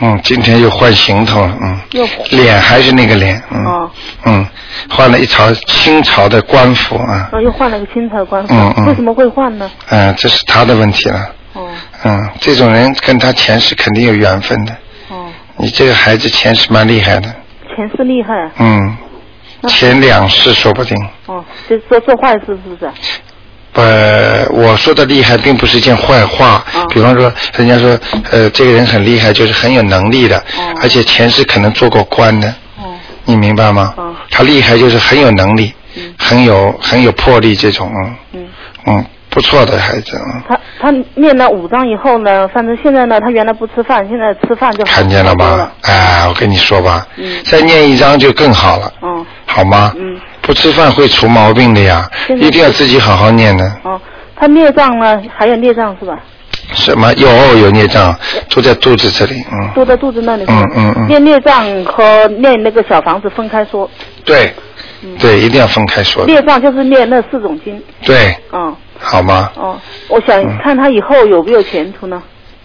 Speaker 1: 嗯，今天又换行头了，嗯，
Speaker 6: 又
Speaker 1: 脸还是那个脸，嗯，
Speaker 6: 哦
Speaker 1: 嗯，换了一朝清朝的官服啊，
Speaker 6: 哦又换了个清朝官服，
Speaker 1: 嗯嗯
Speaker 6: 为什么会换呢？
Speaker 1: 嗯、这是他的问题了，
Speaker 6: 哦
Speaker 1: 嗯，这种人跟他前世肯定有缘分的，
Speaker 6: 哦，
Speaker 1: 你这个孩子前世蛮厉害的，
Speaker 6: 前世厉害啊，
Speaker 1: 嗯，
Speaker 6: 那
Speaker 1: 前两世说不定，
Speaker 6: 哦，就是说做坏事是不是？
Speaker 1: 呃，我说的厉害并不是一件坏话。
Speaker 6: 嗯
Speaker 1: 比方说，人家说，呃，这个人很厉害，就是很有能力的，
Speaker 6: 嗯
Speaker 1: 而且前世可能做过官的，
Speaker 6: 哦
Speaker 1: 你明白吗？
Speaker 6: 嗯
Speaker 1: 他厉害就是很有能力，
Speaker 6: 嗯
Speaker 1: 很有很有魄力这种，嗯
Speaker 6: 嗯，
Speaker 1: 嗯，不错的孩子，嗯，
Speaker 6: 他他念了五张以后呢，反正现在呢，他原来不吃饭，现在吃饭就好
Speaker 1: 看见了
Speaker 6: 好多
Speaker 1: 吗？哎，我跟你说吧，
Speaker 6: 嗯
Speaker 1: 再念一张就更好了，
Speaker 6: 哦
Speaker 1: 好吗？
Speaker 6: 嗯
Speaker 1: 不吃饭会出毛病的呀，
Speaker 6: 现在
Speaker 1: 一定要自己好好念的。
Speaker 6: 哦，他孽障呢，还有孽障是吧？
Speaker 1: 什么有有孽障，都在肚子这里，嗯。
Speaker 6: 都在肚子那里是吧
Speaker 1: 嗯？嗯嗯
Speaker 6: 念孽障和念那个小房子分开说，
Speaker 1: 对，
Speaker 6: 嗯
Speaker 1: 对，一定要分开说的。
Speaker 6: 孽障就是念那四种经。
Speaker 1: 对，
Speaker 6: 哦
Speaker 1: 好吗？
Speaker 6: 哦，我想
Speaker 1: 嗯
Speaker 6: 看他以后有没有前途呢？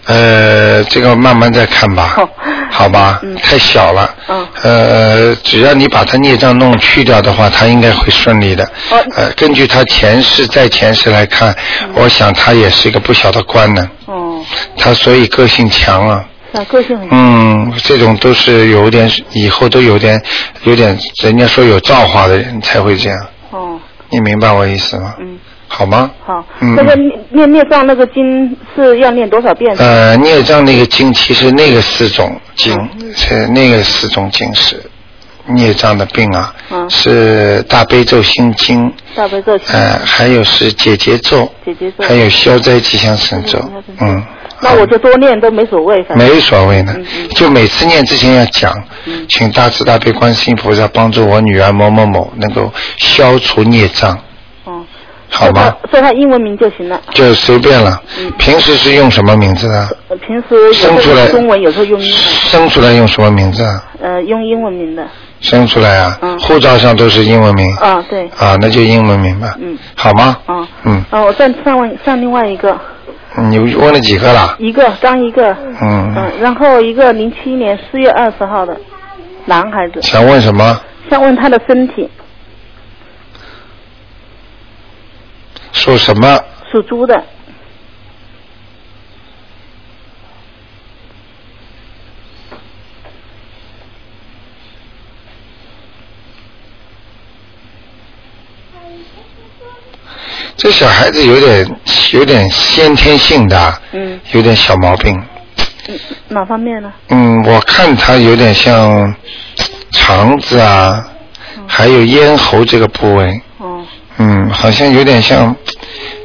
Speaker 1: 呃，这个慢慢再看吧，
Speaker 6: 好
Speaker 1: 好吧？
Speaker 6: 嗯
Speaker 1: 太小了。
Speaker 6: 嗯
Speaker 1: 呃，只要你把他孽障弄去掉的话，他应该会顺利的。
Speaker 6: 哦嗯
Speaker 1: 呃，根据他前世再前世来看，我想他也是一个不小的官呢。
Speaker 6: 哦，
Speaker 1: 他所以个性强啊。
Speaker 6: 是啊，个性很
Speaker 1: 嗯，这种都是有点以后都有点有点，人家说有造化的人才会这样。
Speaker 6: 哦，
Speaker 1: 你明白我意思吗？
Speaker 6: 嗯，
Speaker 1: 好吗？
Speaker 6: 好，
Speaker 1: 嗯
Speaker 6: 那个念念孽障那个经是要念多少遍？
Speaker 1: 呃，孽障那个经，其实那个四种经
Speaker 6: 嗯
Speaker 1: 是那个四种经是孽障的病啊，
Speaker 6: 嗯
Speaker 1: 是大悲咒心经，
Speaker 6: 大悲咒、心
Speaker 1: 呃，还有是解结咒，
Speaker 6: 姐姐咒。
Speaker 1: 还有消灾吉祥神咒，嗯。
Speaker 6: 那我就多念都没所谓，反正
Speaker 1: 没所谓呢
Speaker 6: 嗯嗯，
Speaker 1: 就每次念之前要讲，
Speaker 6: 嗯
Speaker 1: 请大慈大悲观世音菩萨帮助我女儿某某某能够消除孽障，
Speaker 6: 哦，
Speaker 1: 好吗？
Speaker 6: 说他英文名就行了。
Speaker 1: 就随便了
Speaker 6: 嗯。
Speaker 1: 平时是用什么名字呢？
Speaker 6: 呃平时有时
Speaker 1: 生
Speaker 6: 候
Speaker 1: 出来
Speaker 6: 用中文，有时候用英文，
Speaker 1: 生出来用什么名字啊？
Speaker 6: 呃，用英文名的。
Speaker 1: 生出来啊，
Speaker 6: 嗯
Speaker 1: 护照上都是英文名
Speaker 6: 啊，对，
Speaker 1: 啊，那就英文名吧，
Speaker 6: 嗯，
Speaker 1: 好吗？
Speaker 6: 啊，
Speaker 1: 嗯，
Speaker 6: 啊，我再上问上另外一个，
Speaker 1: 你问了几个了？
Speaker 6: 一个刚一个，
Speaker 1: 嗯，
Speaker 6: 嗯，然后一个零七年四月二十号的男孩子，
Speaker 1: 想问什么？
Speaker 6: 想问他的身体，
Speaker 1: 属什么？
Speaker 6: 属猪的，
Speaker 1: 这小孩子有点有点先天性的，
Speaker 6: 嗯，
Speaker 1: 有点小毛病。
Speaker 6: 嗯哪方面呢？
Speaker 1: 嗯，我看他有点像肠子啊，
Speaker 6: 嗯
Speaker 1: 还有咽喉这个部位，
Speaker 6: 哦，
Speaker 1: 嗯，好像有点像，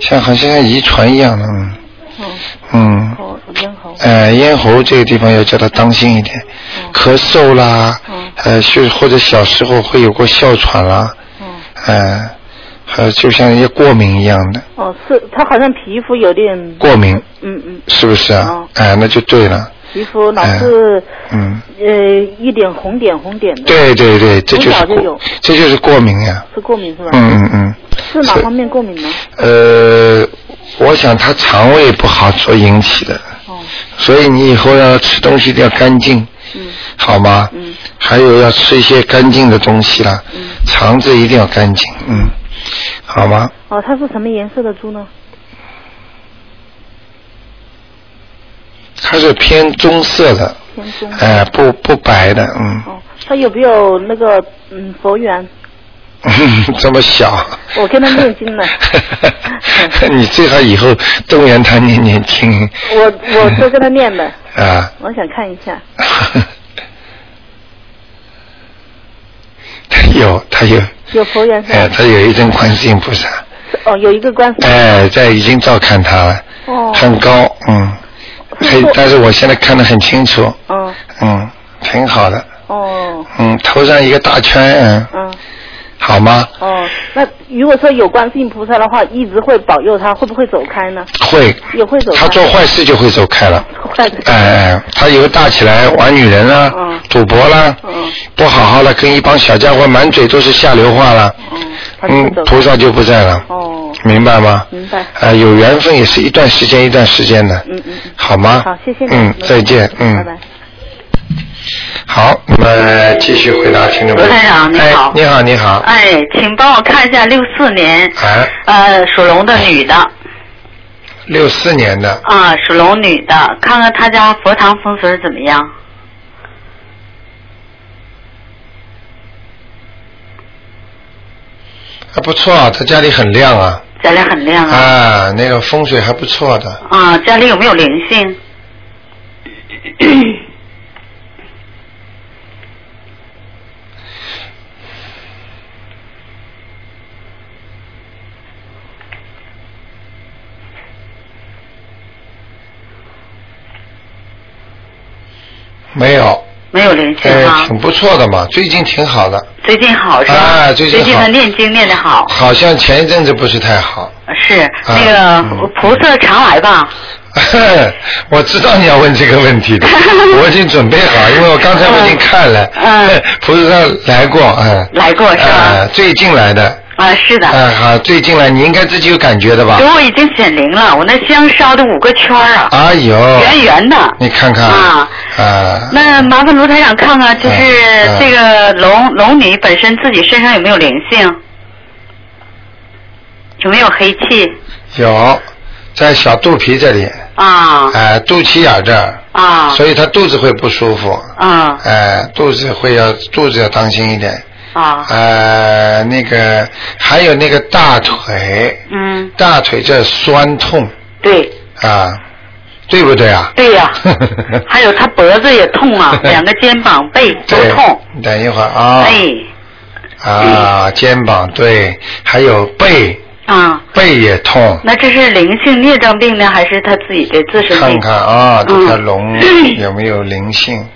Speaker 1: 像好像像遗传一样的，嗯
Speaker 6: 哦，
Speaker 1: 嗯。
Speaker 6: 喉咽喉，
Speaker 1: 呃，咽喉这个地方要叫他当心一点，
Speaker 6: 哦
Speaker 1: 咳嗽啦，
Speaker 6: 嗯
Speaker 1: 呃，是或者小时候会有过哮喘啦，
Speaker 6: 哦，
Speaker 1: 呃，还就像一些过敏一样的
Speaker 6: 哦，是他好像皮肤有点，
Speaker 1: 过敏，
Speaker 6: 嗯嗯，
Speaker 1: 是不是啊
Speaker 6: 哦？
Speaker 1: 哎，那就对了，
Speaker 6: 皮肤老是、
Speaker 1: 嗯，
Speaker 6: 呃一点红点红点的，
Speaker 1: 对对对，这就是
Speaker 6: 从小就
Speaker 1: 过
Speaker 6: 有
Speaker 1: 这就是过敏呀、
Speaker 6: 是过敏是吧？
Speaker 1: 嗯嗯嗯，
Speaker 6: 是哪方面过敏呢？
Speaker 1: 呃，我想他肠胃不好所引起的，
Speaker 6: 哦，
Speaker 1: 所以你以后要吃东西一定要干净，
Speaker 6: 嗯
Speaker 1: 好吗？
Speaker 6: 嗯。
Speaker 1: 还有要吃一些干净的东西啦，
Speaker 6: 嗯
Speaker 1: 肠子一定要干净，嗯，好吗？
Speaker 6: 哦，它是什么颜色的猪呢？
Speaker 1: 它是偏棕色的，
Speaker 6: 偏棕。
Speaker 1: 哎、不不白的，嗯，
Speaker 6: 哦，它有没有那个嗯佛缘？
Speaker 1: 嗯这么小。
Speaker 6: 我跟他念经呢
Speaker 1: 你最好以后动员他念念经。
Speaker 6: 我我都跟他 念的，
Speaker 1: 啊。
Speaker 6: 我想看一下。
Speaker 1: 他有，他有，
Speaker 6: 有佛缘是
Speaker 1: 哎，
Speaker 6: 吧？
Speaker 1: 他有一尊观世音菩萨，
Speaker 6: 哦，有一个官司。
Speaker 1: 哎，在已经照看他了，
Speaker 6: 哦。
Speaker 1: 哎很高，嗯，
Speaker 6: 是
Speaker 1: 很
Speaker 6: 做，
Speaker 1: 但是我现在看得很清楚，
Speaker 6: 嗯
Speaker 1: 嗯，挺好的，
Speaker 6: 哦
Speaker 1: 嗯，头上一个大圈，嗯，
Speaker 6: 嗯
Speaker 1: 好吗？
Speaker 6: 哦，那如果说有观世音菩萨的话，一直会保佑他，会不会走开呢？
Speaker 1: 会，
Speaker 6: 也会走开。
Speaker 1: 他做坏事就会走开了。
Speaker 6: 坏的。
Speaker 1: 哎哎，他以后大起来玩女人啦、
Speaker 6: 嗯
Speaker 1: 赌博啦，
Speaker 6: 嗯
Speaker 1: 不好好的跟一帮小家伙满嘴都是下流话了，
Speaker 6: 嗯，他就
Speaker 1: 嗯
Speaker 6: 会走，开。
Speaker 1: 菩萨就不在了，
Speaker 6: 哦，
Speaker 1: 明白吗？
Speaker 6: 明白。
Speaker 1: 啊、有缘分也是一段时间一段时间的，
Speaker 6: 嗯嗯嗯
Speaker 1: 好吗？
Speaker 6: 好，谢谢你。
Speaker 1: 嗯，再见，嗯，
Speaker 6: 拜拜。。
Speaker 1: 好，那么继续回答听众朋友。
Speaker 2: 罗台长你好
Speaker 1: 哎、你好，你好。
Speaker 2: 哎，请帮我看一下六四年，
Speaker 1: 哎，
Speaker 2: 呃，属龙的女的
Speaker 1: 六四年的，
Speaker 2: 啊，属龙女的，看看她家佛堂风水怎么样？
Speaker 1: 还不错啊，他家里很亮啊，
Speaker 2: 家里很
Speaker 6: 嗯
Speaker 2: 亮啊。
Speaker 1: 啊，那个风水还不错的，
Speaker 2: 啊，家里有没有灵性？
Speaker 1: 没有，
Speaker 2: 没有灵性
Speaker 1: 哎
Speaker 2: 啊，，
Speaker 1: 挺不错的嘛，最近挺好的，
Speaker 2: 最近好是吧？
Speaker 1: 啊最
Speaker 2: 最
Speaker 1: 近好
Speaker 2: 她念经念得好，
Speaker 1: 好像前一阵子不是太好。
Speaker 2: 是、那个
Speaker 1: 哎嗯
Speaker 2: 菩萨常来吧？
Speaker 1: 我知道你要问这个问题 的，我已经准备好，因为我刚才我已经看了，
Speaker 2: 嗯
Speaker 1: 菩萨来过，嗯，
Speaker 2: 来过是吧
Speaker 1: 呃最近来的，
Speaker 2: 啊，是的。
Speaker 1: 哎、好，最近来，你应该自己有感觉的吧
Speaker 2: 给？我已经显灵了，我那香烧的五个圈儿啊，
Speaker 1: 哎呦，
Speaker 2: 圆圆的。
Speaker 1: 你看看，
Speaker 2: 啊，
Speaker 1: 啊，
Speaker 2: 那麻烦卢台长看看，就是
Speaker 1: 嗯嗯
Speaker 2: 这个龙龙女本身自己身上有没有灵性，有没有黑气
Speaker 1: 有在小肚皮这里，
Speaker 2: 啊
Speaker 1: 哎、肚脐眼儿这儿，
Speaker 2: 啊
Speaker 1: 所以他肚子会不舒服，
Speaker 2: 啊
Speaker 1: 哎、肚子会要肚子要当心一点，
Speaker 2: 啊
Speaker 1: 呃，那个还有那个大腿，
Speaker 2: 嗯，
Speaker 1: 大腿这酸痛
Speaker 2: 对
Speaker 1: 啊，对不对啊？
Speaker 2: 对 呀、还有她脖子也痛啊，两个肩膀背都
Speaker 1: 对
Speaker 2: 痛，。
Speaker 1: 等一会儿啊，
Speaker 2: 哎嗯
Speaker 1: 啊，肩膀对，还有背，
Speaker 2: 啊，
Speaker 1: 背也痛。
Speaker 2: 那这是灵性孽障病呢，还是她自己的自身
Speaker 1: 看
Speaker 2: 病？
Speaker 1: 看啊，这
Speaker 2: 嗯
Speaker 1: 条龙 有没有灵性？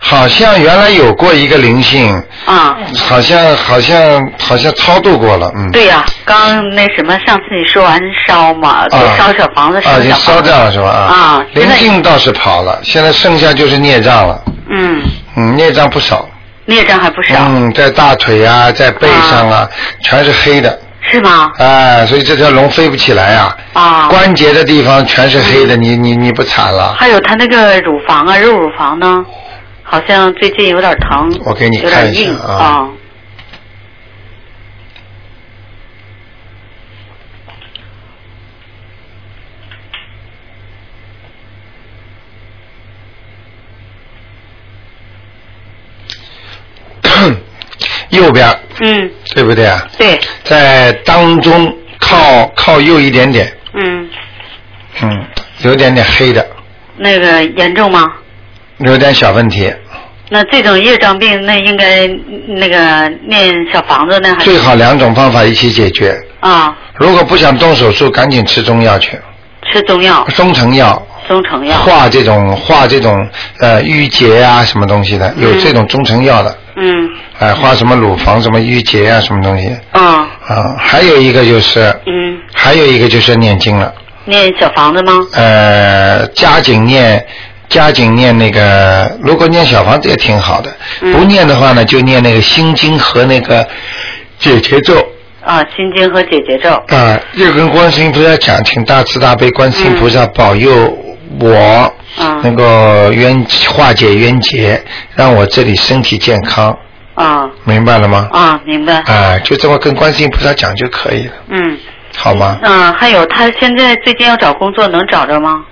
Speaker 1: 好像原来有过一个灵性，
Speaker 2: 啊，
Speaker 1: 好像好像好像超度过了，嗯。
Speaker 2: 对呀、刚那什么，上次你说完烧嘛，就
Speaker 1: 啊，
Speaker 2: 烧小房子，
Speaker 1: 啊，已经
Speaker 2: 小
Speaker 1: 烧
Speaker 2: 房子
Speaker 1: 掉了是吧？
Speaker 2: 啊，现
Speaker 1: 灵
Speaker 2: 在
Speaker 1: 性倒是跑了，现在剩下就是孽障了，
Speaker 2: 嗯，
Speaker 1: 嗯，孽障不少，
Speaker 2: 孽障还不少，
Speaker 1: 嗯，在大腿啊，在背上啊，全是黑的，
Speaker 2: 是吗？
Speaker 1: 啊，所以这条龙飞不起来啊，
Speaker 2: 啊，
Speaker 1: 关节的地方全是黑的，
Speaker 2: 嗯
Speaker 1: 你你你不惨了？
Speaker 2: 还有他那个乳房啊，肉乳房呢，好像最近有点疼，
Speaker 1: 我给你
Speaker 2: 有
Speaker 1: 看
Speaker 2: 点
Speaker 1: 一下
Speaker 2: 硬
Speaker 1: 啊
Speaker 2: 啊
Speaker 1: 右边儿
Speaker 2: 啊嗯，
Speaker 1: 对不对啊？
Speaker 2: 对，
Speaker 1: 在当中靠靠右一点点，
Speaker 2: 嗯，
Speaker 1: 嗯，有点点黑的，
Speaker 2: 那个严重吗？啊
Speaker 1: 有点小问题，
Speaker 2: 那这种业障病，那应该那个念小房子呢，还
Speaker 1: 最
Speaker 2: 是
Speaker 1: 好两种方法一起解决。
Speaker 2: 啊？
Speaker 1: 如果不想动手术，赶紧吃中药去。
Speaker 7: 吃中药，
Speaker 2: 哦
Speaker 1: 中成药。
Speaker 7: 中成药。
Speaker 1: 化这种化这种呃淤结啊什么东西的，
Speaker 2: 嗯
Speaker 1: 有这种中成药的，
Speaker 7: 嗯
Speaker 1: 哎、化什么乳房什么淤结啊什么东西
Speaker 7: 嗯
Speaker 1: 啊，还有一个就是，
Speaker 7: 嗯，
Speaker 1: 还有一个就是念经了，
Speaker 7: 念小房子吗？
Speaker 1: 呃，加紧念。加紧念那个，如果念小房子也挺好的，
Speaker 7: 嗯
Speaker 1: 不念的话呢，就念那个心经和那个解结咒。
Speaker 7: 啊，心经和解结咒。
Speaker 1: 啊，又跟观世音菩萨讲，请大慈大悲观世音菩萨保佑我，
Speaker 2: 啊
Speaker 7: 嗯
Speaker 1: 能够冤化解冤结，让我这里身体健康，
Speaker 7: 啊
Speaker 1: 明白了吗？
Speaker 7: 啊，明白。
Speaker 1: 啊，就这么跟观世音菩萨讲就可以了，
Speaker 7: 嗯
Speaker 1: 好吗？
Speaker 2: 啊
Speaker 7: 嗯，还有他现在最近要找工作，能找着吗？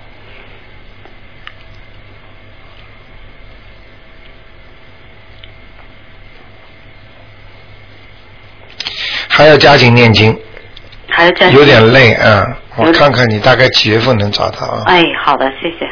Speaker 1: 还要加紧念经，
Speaker 7: 还是暂时
Speaker 1: 有点累啊、嗯我
Speaker 7: 有点
Speaker 1: 看看你大概几月份能找到啊？
Speaker 7: 哎，好的，谢谢。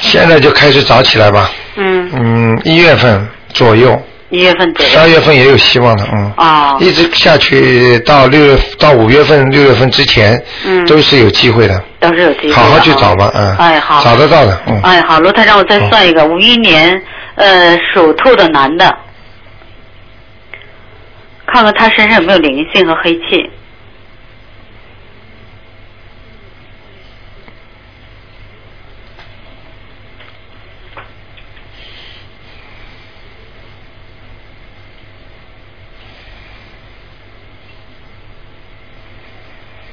Speaker 1: 现在就开始找起来吧，
Speaker 7: 嗯，
Speaker 1: 嗯，一月份左右，
Speaker 7: 一月份左
Speaker 1: 十二
Speaker 7: 右。
Speaker 1: 月份也有希望的，嗯。
Speaker 7: 哦，
Speaker 1: 一直下去到六月到五月份、六月份之前，
Speaker 7: 嗯
Speaker 1: 都是有机会的。
Speaker 7: 倒是有机会。
Speaker 1: 好好去找吧，嗯，
Speaker 7: 哎，好。
Speaker 1: 找得到的，嗯，
Speaker 7: 哎，好，罗台让我再算一个，五一年，呃，属兔的男的，看看他身上有没有灵性和黑气。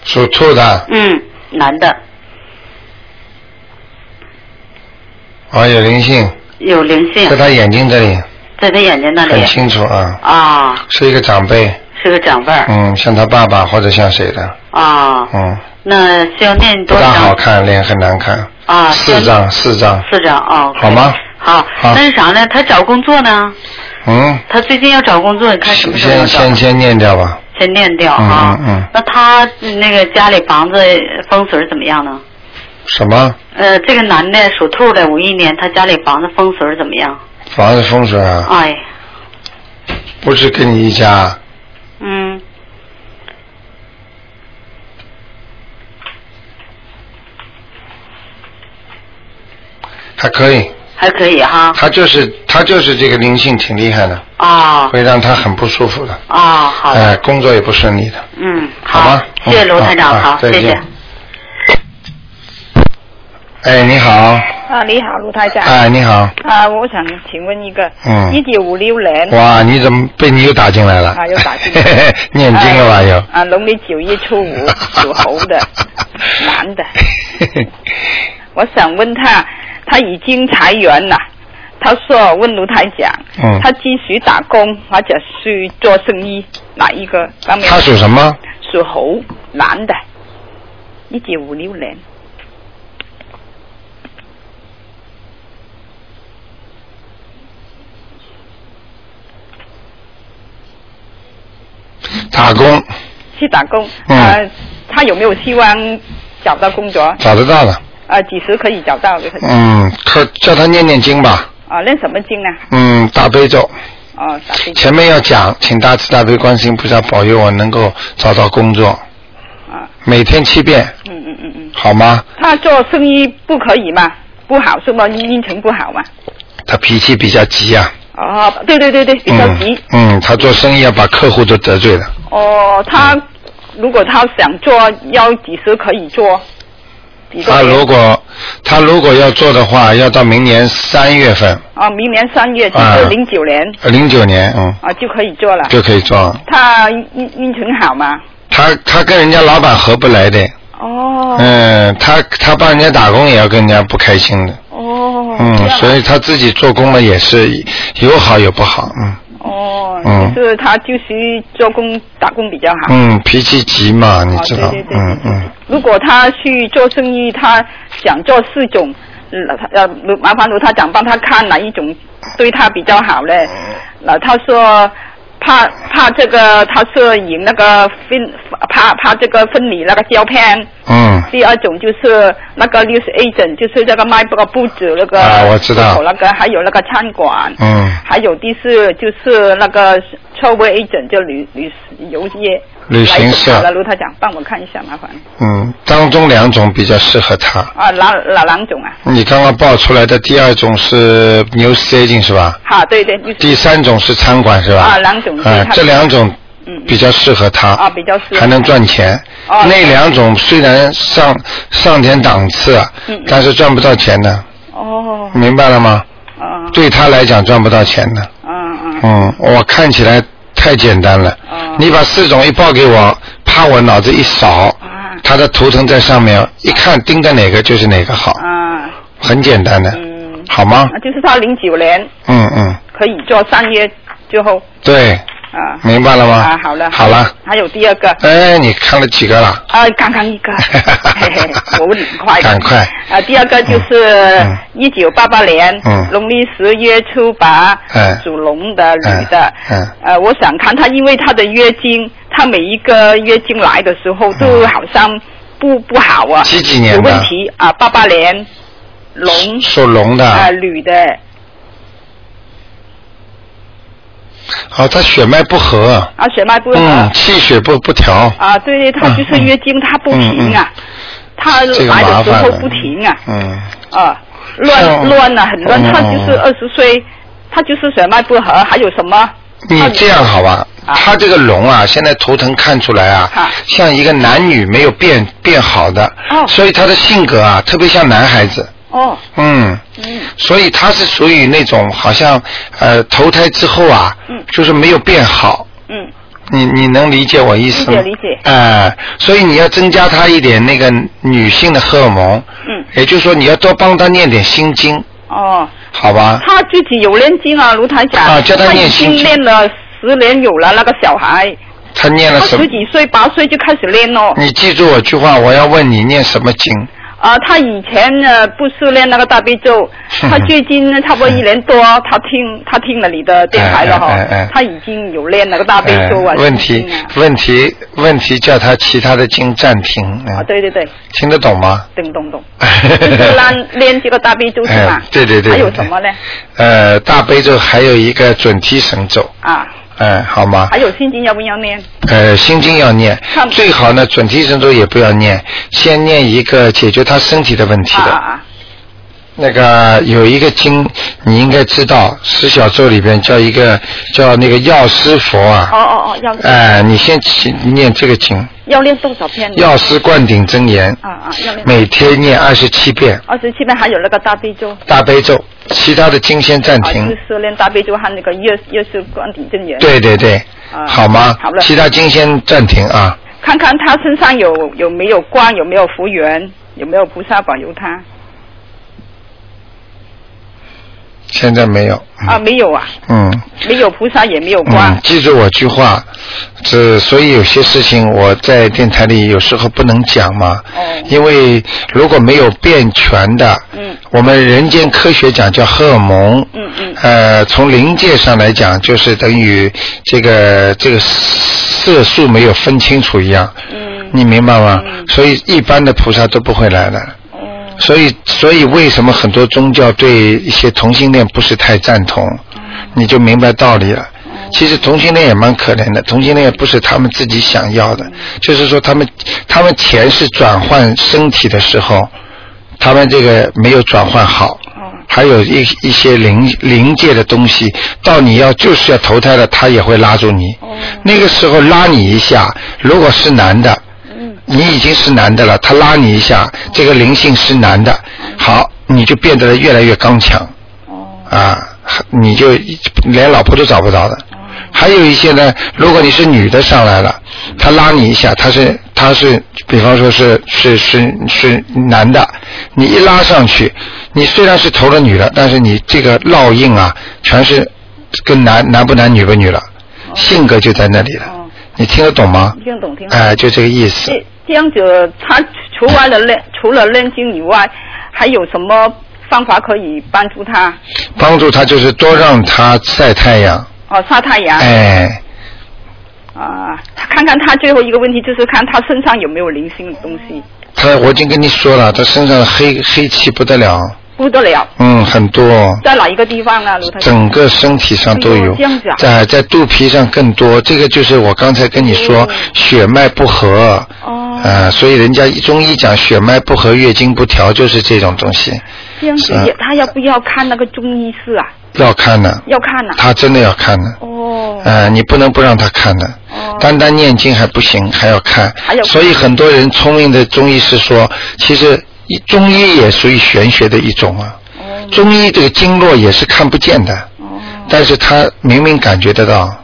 Speaker 1: 属兔的，
Speaker 7: 嗯，男的
Speaker 1: 啊，有灵性，
Speaker 7: 有灵性
Speaker 1: 在，他眼睛这里
Speaker 7: 在他眼睛那里
Speaker 1: 很。清楚啊，
Speaker 7: 啊，
Speaker 1: 是一个长辈，
Speaker 7: 是个长辈儿。
Speaker 1: 嗯，像他爸爸或者像谁的，
Speaker 7: 啊，
Speaker 1: 嗯，
Speaker 7: 那需要念
Speaker 1: 不
Speaker 7: 多少
Speaker 1: 大好
Speaker 7: 张？
Speaker 1: 看，脸很难看，
Speaker 7: 啊，需要
Speaker 1: 四张，四张，
Speaker 7: 四张哦，
Speaker 1: 好吗？
Speaker 7: 好，
Speaker 1: 好
Speaker 7: 那是啥呢？他找工作呢？
Speaker 1: 嗯，
Speaker 7: 他最近要找工作，你看什么时候要
Speaker 1: 先
Speaker 7: 找？
Speaker 1: 先先念掉吧，
Speaker 7: 先念掉
Speaker 1: 嗯
Speaker 7: 啊。
Speaker 1: 嗯嗯
Speaker 7: 那他那个家里房子风水怎么样呢？
Speaker 1: 什么
Speaker 7: 呃，这个男的属兔的，五一年，他家里房子风水怎么样？
Speaker 1: 房子风水啊，
Speaker 7: 哎，
Speaker 1: 不是跟你一家，
Speaker 7: 嗯，
Speaker 1: 还可以，
Speaker 7: 还可以哈。
Speaker 1: 他就是他就是这个灵性挺厉害的，
Speaker 7: 啊
Speaker 1: 会让他很不舒服的，
Speaker 7: 啊，好的，
Speaker 1: 哎，工作也不顺利的。
Speaker 7: 嗯，
Speaker 1: 好吧
Speaker 7: 谢谢
Speaker 1: 嗯
Speaker 7: 卢台长，
Speaker 1: 好
Speaker 7: 好，
Speaker 1: 再
Speaker 7: 谢
Speaker 1: 见
Speaker 7: 谢。
Speaker 1: 哎，你好，
Speaker 8: 啊，你好，卢台长。
Speaker 1: 哎，你好，
Speaker 8: 啊，我想请问一个，
Speaker 1: 嗯
Speaker 8: 一九五六年，
Speaker 1: 哇，你怎么被你又打进来了？
Speaker 8: 啊又打进来
Speaker 1: 念经了吧
Speaker 8: 哎
Speaker 1: 又？
Speaker 8: 啊，农历九月 初五属猴 的男的，我想问他，他已经裁员了。他说：“问卢台长，
Speaker 1: 嗯
Speaker 8: 他继续打工或者是做生意，哪一个方面？”
Speaker 1: 他属什么？
Speaker 8: 属猴，男的，一九五六年。
Speaker 1: 打工，
Speaker 8: 去打工，
Speaker 1: 嗯
Speaker 8: 呃，他有没有希望找到工作？
Speaker 1: 找得到的。
Speaker 8: 呃，几时可以找到的？
Speaker 1: 嗯，可叫他念念经吧。
Speaker 8: 啊，练什么经呢？
Speaker 1: 嗯，大悲咒，
Speaker 8: 哦，打飞机
Speaker 1: 前面要讲，请大慈大悲观世音菩萨保佑我能够找到工作，
Speaker 8: 啊，
Speaker 1: 每天七遍，
Speaker 8: 嗯嗯嗯嗯，
Speaker 1: 好吗？
Speaker 8: 他做生意不可以嘛？不好是吗？运程不好嘛？
Speaker 1: 他脾气比较急啊，
Speaker 8: 哦，对对对对，比较急。
Speaker 1: 嗯。嗯，他做生意要把客户都得罪了，
Speaker 8: 哦，他如果他想做，要几时可以做？比如
Speaker 1: 他如果他如果要做的话，要到明年三月份，
Speaker 8: 啊，明年三月，就
Speaker 1: 啊
Speaker 8: 是呃零九年
Speaker 1: 零九年，嗯，
Speaker 8: 啊，就可以做了。
Speaker 1: 就可以做。
Speaker 8: 他运运程好嘛？
Speaker 1: 他他跟人家老板合不来的，
Speaker 8: 哦
Speaker 1: 嗯，他他帮人家打工也要跟人家不开心的，
Speaker 8: 哦，这
Speaker 1: 嗯，
Speaker 8: 样啊
Speaker 1: 所以他自己做工嘛也是有好有不好，嗯
Speaker 8: 哦，
Speaker 1: 嗯
Speaker 8: 就是他就是做工打工比较好。
Speaker 1: 嗯，脾气急嘛，你
Speaker 8: 哦，
Speaker 1: 知
Speaker 8: 对
Speaker 1: 道
Speaker 8: 对，对
Speaker 1: 嗯嗯，
Speaker 8: 如果他去做生意，他想做四种，呃，呃
Speaker 1: 哦
Speaker 8: 麻烦卢他长帮他看哪一种对他比较好嘞。那他说怕怕这个他是以那个分怕怕这个分离那个胶片，
Speaker 1: 嗯，
Speaker 8: 第二种就是那个 news agent，就是这个卖那个布纸那个，
Speaker 1: 啊我知道
Speaker 8: 那个还有那个餐馆，
Speaker 1: 嗯
Speaker 8: 还有第四就是那个 travel agent，就旅旅游业
Speaker 1: 旅行社
Speaker 8: 好了，卢台长，帮我看一下，麻烦
Speaker 1: 嗯，当中两种比较适合他。
Speaker 8: 啊，哪哪哪种啊？
Speaker 1: 你刚刚报出来的第二种是 new staging 是吧？
Speaker 8: 好，对对，就是
Speaker 1: 第三种是餐馆是吧？
Speaker 8: 啊两种对
Speaker 1: 啊
Speaker 8: 他，
Speaker 1: 这两种
Speaker 8: 嗯
Speaker 1: 比较适合他。
Speaker 8: 啊比较适合他
Speaker 1: 还能赚钱。
Speaker 8: 哦
Speaker 1: 那两种虽然上上点档次啊
Speaker 8: 嗯嗯，
Speaker 1: 但是赚不到钱的，
Speaker 8: 哦，
Speaker 1: 明白了吗？
Speaker 8: 嗯
Speaker 1: 对他来讲赚不到钱的。
Speaker 8: 嗯嗯，
Speaker 1: 嗯，我看起来太简单了。
Speaker 8: 哦
Speaker 1: 你把四种一报给我，怕我脑子一扫
Speaker 8: 啊，
Speaker 1: 它的图腾在上面，一看盯着哪个就是哪个好，
Speaker 8: 啊
Speaker 1: 很简单的，
Speaker 8: 嗯，
Speaker 1: 好吗？
Speaker 8: 啊就是他零九年
Speaker 1: 嗯嗯，
Speaker 8: 可以做三月之后
Speaker 1: 对，
Speaker 8: 啊。
Speaker 1: 明白了吗？
Speaker 8: 啊，好了，
Speaker 1: 好了。。
Speaker 8: 还有第二个，
Speaker 1: 哎，你看了几个了？
Speaker 8: 啊，刚刚一 个，嘿嘿我问你很快的。
Speaker 1: 赶快
Speaker 8: 啊，第二个就是
Speaker 1: 嗯
Speaker 8: 一九八八年，
Speaker 1: 嗯
Speaker 8: 农历十月初八
Speaker 1: 嗯，
Speaker 8: 属龙的女的。
Speaker 1: 嗯嗯
Speaker 8: 呃，我想看她，因为她的月经，她每一个月经来的时候都好像不不好啊。
Speaker 1: 几嗯几年
Speaker 8: 有
Speaker 1: 的
Speaker 8: 问题啊，八八年，龙
Speaker 1: 属龙的。
Speaker 8: 啊，女的。
Speaker 1: 哦，他血脉不和。
Speaker 8: 啊，血脉不好。
Speaker 1: 嗯，气血不不调。
Speaker 8: 啊，对，她就是月经，她不停啊，她
Speaker 1: 嗯这个
Speaker 8: 来
Speaker 1: 麻
Speaker 8: 的时
Speaker 1: 烦
Speaker 8: 候
Speaker 1: 了
Speaker 8: 不停啊，
Speaker 1: 嗯，
Speaker 8: 啊，
Speaker 1: 像
Speaker 8: 乱乱啊，很乱。
Speaker 1: 嗯
Speaker 8: 她就是二十岁，她就是血脉不和，还有什么？
Speaker 1: 你这样好吧？
Speaker 8: 啊
Speaker 1: 他这个龙啊，现在图腾看出来啊
Speaker 8: 啊，
Speaker 1: 像一个男女没有变变好的
Speaker 8: 哦，
Speaker 1: 所以他的性格啊，特别像男孩子。
Speaker 8: 哦，
Speaker 1: 嗯，
Speaker 8: 嗯，
Speaker 1: 所以他是属于那种好像呃投胎之后啊，
Speaker 8: 嗯
Speaker 1: 就是没有变好，
Speaker 8: 嗯，
Speaker 1: 你你能理解我意思吗？
Speaker 8: 理解理解
Speaker 1: 哎、所以你要增加他一点那个女性的荷尔蒙。
Speaker 8: 嗯。
Speaker 1: 也就是说，你要多帮他念点心经，
Speaker 8: 哦，
Speaker 1: 好吧？
Speaker 8: 她自己有念经啊，卢台长，
Speaker 1: 啊叫她
Speaker 8: 她
Speaker 1: 念
Speaker 8: 已
Speaker 1: 心
Speaker 8: 经
Speaker 1: 经
Speaker 8: 念了十年有了那个小孩，
Speaker 1: 他念
Speaker 8: 她
Speaker 1: 了什么嗯
Speaker 8: 十？几岁八岁就开始念咯。
Speaker 1: 你记住我句话，我要问你念什么经？
Speaker 8: 啊，她以前呢不是念那个大悲咒，她最近呢差不多一年多，她听她听了你的电台了
Speaker 1: 哎哎哎
Speaker 8: 哈
Speaker 1: 哎，
Speaker 8: 她已经有念那个大悲咒啊
Speaker 1: 哎，问题
Speaker 8: 心经啊
Speaker 1: 问题问题，叫他其他的经暂停。嗯
Speaker 8: 啊，对对对，
Speaker 1: 听得懂吗？
Speaker 8: 懂 懂懂，就是练练这个大悲咒是吧
Speaker 1: 哎？对对对
Speaker 8: 还有什么呢？
Speaker 1: 呃，大悲咒还有一个准提神咒，
Speaker 8: 啊，
Speaker 1: 哎，好吗
Speaker 8: 还？有心经要不要念？
Speaker 1: 呃，心经要念
Speaker 8: 看，
Speaker 1: 最好呢，准提神咒也不要念，先念一个解决他身体的问题
Speaker 8: 啊
Speaker 1: 的。
Speaker 8: 啊啊！
Speaker 1: 那个有一个经，你应该知道，十小咒里边叫一个叫那个药师佛啊。
Speaker 8: 哦哦哦，要
Speaker 1: 哎、你先起念这个经，
Speaker 8: 要练多少遍呢？
Speaker 1: 药师灌顶真言，
Speaker 8: 啊啊，要练
Speaker 1: 每天念二十七遍
Speaker 8: 二十七遍，还有那个大悲咒，
Speaker 1: 大悲咒，其他的经先暂
Speaker 8: 啊，
Speaker 1: 停。
Speaker 8: 就是练大悲咒和那个月月是观体真言。
Speaker 1: 对对对，
Speaker 8: 啊
Speaker 1: 好吗？
Speaker 8: 好了
Speaker 1: 其他经先暂停啊。
Speaker 8: 看看他身上有有没有光，有没有福缘，有没有菩萨保佑他
Speaker 1: 现在没有。
Speaker 8: 啊？没有啊，
Speaker 1: 嗯
Speaker 8: 没有菩萨也没有光
Speaker 1: 嗯，记住我句话，这所以有些事情我在电台里有时候不能讲嘛，
Speaker 8: 哦
Speaker 1: 因为如果没有变全的，
Speaker 8: 嗯
Speaker 1: 我们人间科学讲叫荷尔蒙，
Speaker 8: 嗯嗯
Speaker 1: 呃，从临界上来讲，就是等于这个这个色素没有分清楚一样，
Speaker 8: 嗯
Speaker 1: 你明白吗？
Speaker 8: 嗯
Speaker 1: 所以一般的菩萨都不会来的。
Speaker 8: 哦
Speaker 1: 所以，所以为什么很多宗教对一些同性恋不是太赞同？
Speaker 8: 嗯
Speaker 1: 你就明白道理了。其实同性恋也蛮可怜的，同性恋也不是他们自己想要的，就是说他们他们前世转换身体的时候，他们这个没有转换好，还有一一些灵灵界的东西，到你要就是要投胎了，他也会拉住你。那个时候拉你一下，如果是男的，你已经是男的了，他拉你一下，这个灵性是男的，好，你就变得越来越刚强。啊，你就连老婆都找不到的。还有一些呢，如果你是女的上来了，她拉你一下，她是她是，比方说是是是是男的，你一拉上去，你虽然是投了女的，但是你这个烙印啊，全是跟男男不男女不女了，性格就在那里了。
Speaker 8: 哦
Speaker 1: 你听得懂吗？
Speaker 8: 听得懂听得懂
Speaker 1: 哎、就这个意思。
Speaker 8: 这这样子，他除完了练除了练经以外，还有什么方法可以帮助他？
Speaker 1: 帮助他就是多让他晒太阳，
Speaker 8: 哦，晒太阳。
Speaker 1: 哎，
Speaker 8: 啊，看看他最后一个问题就是看他身上有没有灵性的东西，
Speaker 1: 他我已经跟你说了，他身上黑黑气不得了，
Speaker 8: 不得了，
Speaker 1: 嗯，很多，
Speaker 8: 在哪一个地方啊呢？卢台长？
Speaker 1: 整个身体上都
Speaker 8: 哎
Speaker 1: 有
Speaker 8: 呦这样子啊，
Speaker 1: 在在肚皮上更多。这个就是我刚才跟你说血脉不和，
Speaker 8: 哦，
Speaker 1: 呃，所以人家中医讲血脉不和、月经不调就是这种东西，
Speaker 8: 这样子
Speaker 1: 是啊
Speaker 8: 也他要不要看那个中医师啊？
Speaker 1: 要看的，
Speaker 8: 要看啊呐、
Speaker 1: 他真的要看的，
Speaker 8: 哦，
Speaker 1: 呃，你不能不让他看的。
Speaker 8: 哦，
Speaker 1: 单单念经还不行，还要看
Speaker 8: 还要。看
Speaker 1: 所以很多人聪明的中医是说，其实一中医也属于玄学的一种啊。
Speaker 8: 哦
Speaker 1: 中医这个经络也是看不见的，但是他明明感觉得
Speaker 8: 哦
Speaker 1: 到，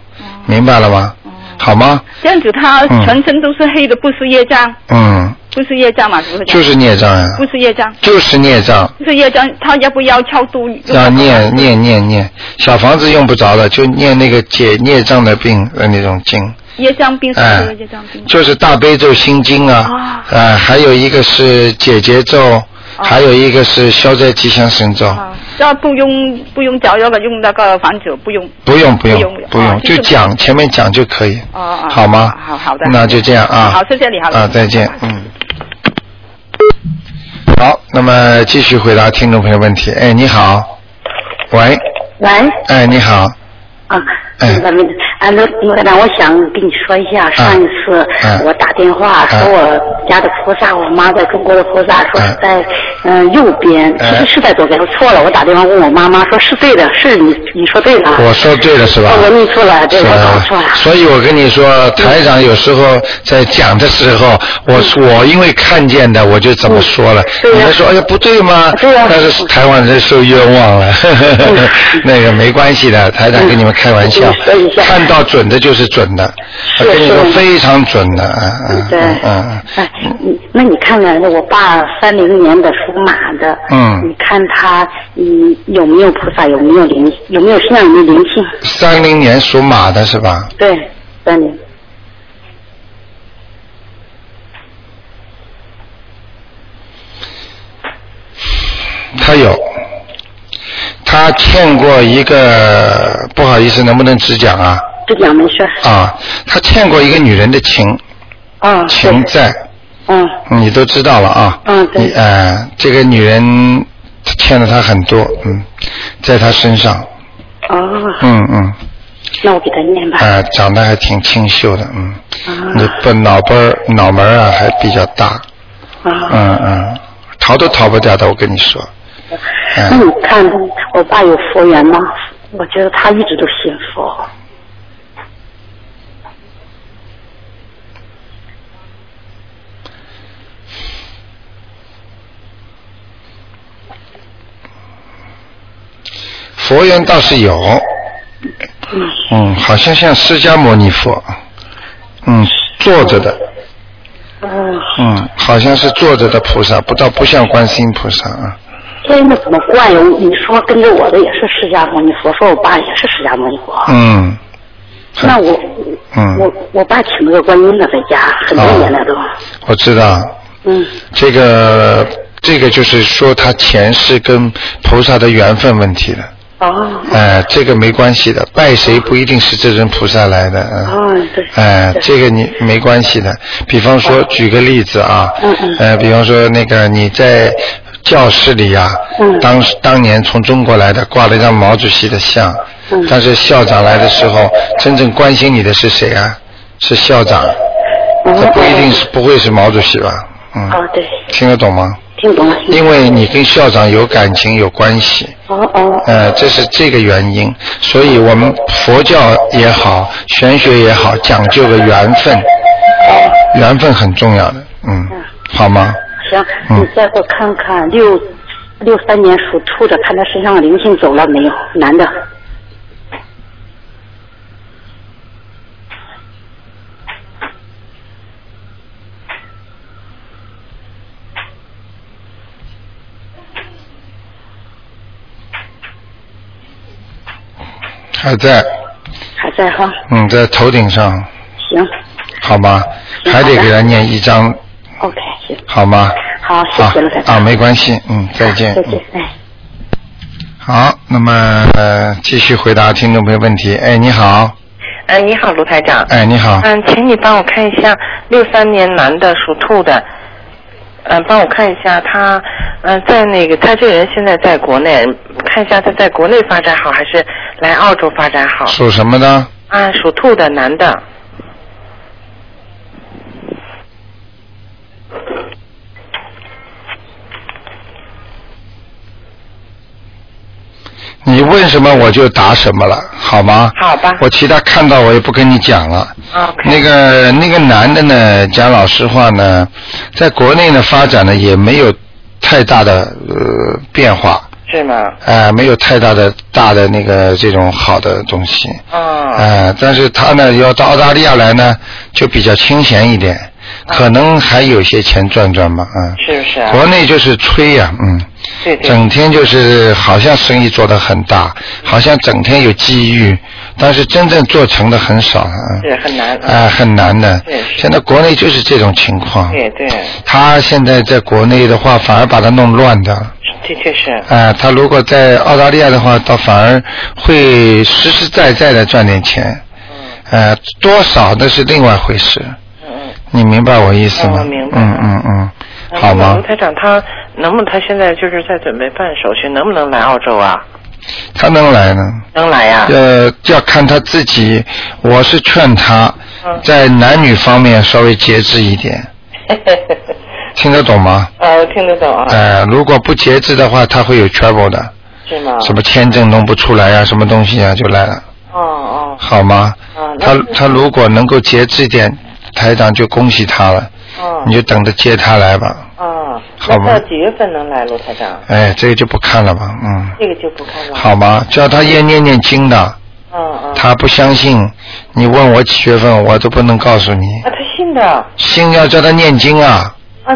Speaker 1: 明白了吗？好吗？
Speaker 8: 这样子他
Speaker 1: 嗯
Speaker 8: 全身都是黑的，不是业障，
Speaker 1: 嗯，
Speaker 8: 不是业障嘛，卢台长？
Speaker 1: 就是孽障呀、
Speaker 8: 不是业障，
Speaker 1: 就是孽障，
Speaker 8: 不是业障，他要不要超度？
Speaker 1: 要念念念念。小房子用不着了，就念那个解孽障的病的那种经。
Speaker 8: 业障病，
Speaker 1: 哎
Speaker 8: 是业障病。
Speaker 1: 就是大悲咒心经啊，
Speaker 8: 啊
Speaker 1: 呃，还有一个是解结
Speaker 8: 哦
Speaker 1: 咒，还有一个是消灾吉祥神咒。
Speaker 8: 啊，要不用不用找那个用那个房子，不用。
Speaker 1: 不用不
Speaker 8: 不
Speaker 1: 用
Speaker 8: 用
Speaker 1: 不
Speaker 8: 啊
Speaker 1: 用，
Speaker 8: 就是
Speaker 1: 就讲前面讲就可以，
Speaker 8: 哦哦。
Speaker 1: 好吗？
Speaker 8: 好好的。
Speaker 1: 那就这样啊。
Speaker 8: 好，谢谢你，好。
Speaker 1: 啊，再见，嗯。好，那么继续回答听众朋友问题。哎，你好，喂，
Speaker 9: 喂，
Speaker 1: 哎，你好，
Speaker 9: 啊，那
Speaker 1: 哎
Speaker 9: 个，啊，那那那我想跟你说一下，上一次
Speaker 1: 嗯
Speaker 9: 我打电话
Speaker 1: 嗯
Speaker 9: 说我家的菩萨，我妈在中国的菩萨说是
Speaker 1: 嗯
Speaker 9: 在嗯右边，其
Speaker 1: 嗯
Speaker 9: 实是在左边，我错了，我打电话问我妈妈，说是对的，是你你说对了，
Speaker 1: 我说对了是吧？
Speaker 9: 哦我弄错了，对
Speaker 1: 是
Speaker 9: 我搞
Speaker 1: 吧
Speaker 9: 错了？，
Speaker 1: 所以我跟你说，台长有时候在讲的时候，我我因为看见的，我就怎么说了。
Speaker 9: 嗯对呀
Speaker 1: 你们说哎呀不对吗？
Speaker 9: 对呀
Speaker 1: 但是台湾人受冤枉了， 那个没关系的，台长跟你们开玩笑
Speaker 9: 嗯我跟你说，一下
Speaker 1: 看到准的就是准的，我
Speaker 9: 是
Speaker 1: 跟你说
Speaker 9: 是
Speaker 1: 非常准的，啊啊
Speaker 9: 对
Speaker 1: 嗯嗯，
Speaker 9: 哎，你那你看看我爸三零年的属马的，
Speaker 1: 嗯
Speaker 9: 你看他嗯有没有菩萨，有没有灵，有没有身上有没有灵性？
Speaker 1: 三零年属马的是吧？
Speaker 9: 对，三零。
Speaker 1: 他有，他欠过一个，不好意思，能不能只讲啊？
Speaker 9: 这讲没事儿。
Speaker 1: 啊，他欠过一个女人的情
Speaker 9: 啊，对
Speaker 1: 情债，
Speaker 9: 嗯
Speaker 1: 你都知道了啊。
Speaker 9: 嗯对
Speaker 1: 你呃，这个女人欠了他很多，嗯，在他身上，
Speaker 9: 哦，
Speaker 1: 嗯嗯，
Speaker 9: 那我给他念吧。
Speaker 1: 啊、长得还挺清秀的，嗯，你
Speaker 9: 啊
Speaker 1: 不脑波儿脑门儿啊还比较大，
Speaker 9: 啊，
Speaker 1: 嗯嗯，逃都逃不掉的，我跟你说，嗯、
Speaker 9: 那你看我爸有佛缘吗？我觉得他一直都信佛。
Speaker 1: 佛缘倒是有，嗯，好像像释迦牟尼佛，嗯，坐着的，
Speaker 9: 嗯，
Speaker 1: 嗯，好像是坐着的菩萨，不倒不像观世音菩萨啊。
Speaker 9: 所以哎那怎么惯呀？你说跟着我的也是释迦牟尼佛，说我爸也是释迦牟尼佛。
Speaker 1: 嗯，很
Speaker 9: 那我，
Speaker 1: 嗯
Speaker 9: 我我爸请了个观音呢，在家很多年了都。
Speaker 1: 我知道
Speaker 9: 嗯，
Speaker 1: 这个这个就是说他前世跟菩萨的缘分问题了。
Speaker 9: 哦，
Speaker 1: 哎、这个没关系的，拜谁不一定是这尊菩萨来的，嗯、
Speaker 9: 哦，对。
Speaker 1: 哎、
Speaker 9: 对
Speaker 1: 这个你没关系的。比方说，举个例子啊，
Speaker 9: 嗯嗯
Speaker 1: 呃，比方说那个你在教室里啊，
Speaker 9: 嗯
Speaker 1: 当当年从中国来的挂了一张毛主席的像，
Speaker 9: 嗯
Speaker 1: 但是校长来的时候，真正关心你的是谁啊？是校长，这
Speaker 9: 哦
Speaker 1: 不一定是不会是毛主席吧？嗯，
Speaker 9: 哦，对，
Speaker 1: 听得懂吗？
Speaker 9: 听懂了。听
Speaker 1: 因为你跟校长有感情有关系，
Speaker 9: 懂了哦哦，
Speaker 1: 呃，这是这个原因，所以我们佛教也好，玄学也好，讲究个缘分，缘分很重要的，嗯，好吗？
Speaker 9: 行，
Speaker 1: 嗯
Speaker 9: 你再给我看看六六三年属兔的，看他身上灵性走了没有？男的。
Speaker 1: 还在，
Speaker 9: 还在哈，
Speaker 1: 嗯，在头顶上，
Speaker 9: 行
Speaker 1: 好吗？
Speaker 9: 嗯
Speaker 1: 还
Speaker 9: 好
Speaker 1: 得
Speaker 9: 的
Speaker 1: 给他念一张，
Speaker 9: ，OK，行，
Speaker 1: 好吗？
Speaker 9: 好，谢谢了，台长
Speaker 1: 啊，没关系，嗯，再见，
Speaker 9: 再
Speaker 1: 嗯
Speaker 9: 见，哎。
Speaker 1: 好，那么呃，继续回答听众朋友问题。哎，你好，
Speaker 10: 哎，你好，卢台长。
Speaker 1: 哎，你好，
Speaker 10: 嗯，请你帮我看一下六三年男的属兔的，嗯，帮我看一下他，嗯，在那个他这人现在在国内，看一下他在国内发展好还是来澳洲发展好？
Speaker 1: 属什么的？
Speaker 10: 啊，属兔的男的，
Speaker 1: 你问什么我就答什么了，好吗？
Speaker 10: 好吧。
Speaker 1: 我其他看到我也不跟你讲了。
Speaker 10: OK
Speaker 1: 那个那个男的呢，讲老实话呢，在国内呢发展呢也没有太大的呃变化，
Speaker 10: 是吗？
Speaker 1: 啊、没有太大的大的那个这种好的东西。
Speaker 10: 啊、
Speaker 1: 但是他呢要到澳大利亚来呢，就比较清闲一点，可能还有些钱赚赚嘛，啊、
Speaker 10: 啊是不是啊？
Speaker 1: 国内就是吹呀、嗯，
Speaker 10: 对对
Speaker 1: 整天就是好像生意做得很大，好像整天有机遇，但是真正做成的很少，嗯，
Speaker 10: 是很难。
Speaker 1: 啊、很难的
Speaker 10: 对。是
Speaker 1: 现在国内就是这种情况，
Speaker 10: 对对，
Speaker 1: 他现在在国内的话，反而把他弄乱的。
Speaker 10: 的确是。
Speaker 1: 啊、他如果在澳大利亚的话，倒反而会实实在在的赚点钱。
Speaker 10: 嗯
Speaker 1: 呃，多少那是另外回事。你明白我意思吗？
Speaker 10: 嗯我明白
Speaker 1: 嗯嗯嗯，好
Speaker 10: 那
Speaker 1: 吗
Speaker 10: 卢？台长，他能不能他现在就是在准备办手续，能不能来澳洲啊？
Speaker 1: 他能来呢？
Speaker 10: 能来呀、
Speaker 1: 呃，要看他自己。我是劝他
Speaker 10: 啊
Speaker 1: 在男女方面稍微节制一点，听得懂吗？
Speaker 10: 呃，我听得懂啊，
Speaker 1: 呃，如果不节制的话，他会有 trouble 的，
Speaker 10: 是吗？
Speaker 1: 什么签证弄不出来呀、什么东西啊，就来了，
Speaker 10: 哦哦，
Speaker 1: 好吗？
Speaker 10: 啊，那
Speaker 1: 他他如果能够节制一点，台长就恭喜他了，
Speaker 10: 哦
Speaker 1: 你就等着接他来吧。
Speaker 10: 哦，
Speaker 1: 好吧
Speaker 10: 那到几月份能来，卢台长？
Speaker 1: 哎，这个就不看了吧，嗯，
Speaker 10: 这个就不看了。
Speaker 1: 好吗？叫他也念念经的，
Speaker 10: 嗯嗯。
Speaker 1: 他不相信，你问我几月份，我都不能告诉你。
Speaker 10: 啊，他信的啊，
Speaker 1: 心要叫他念经啊，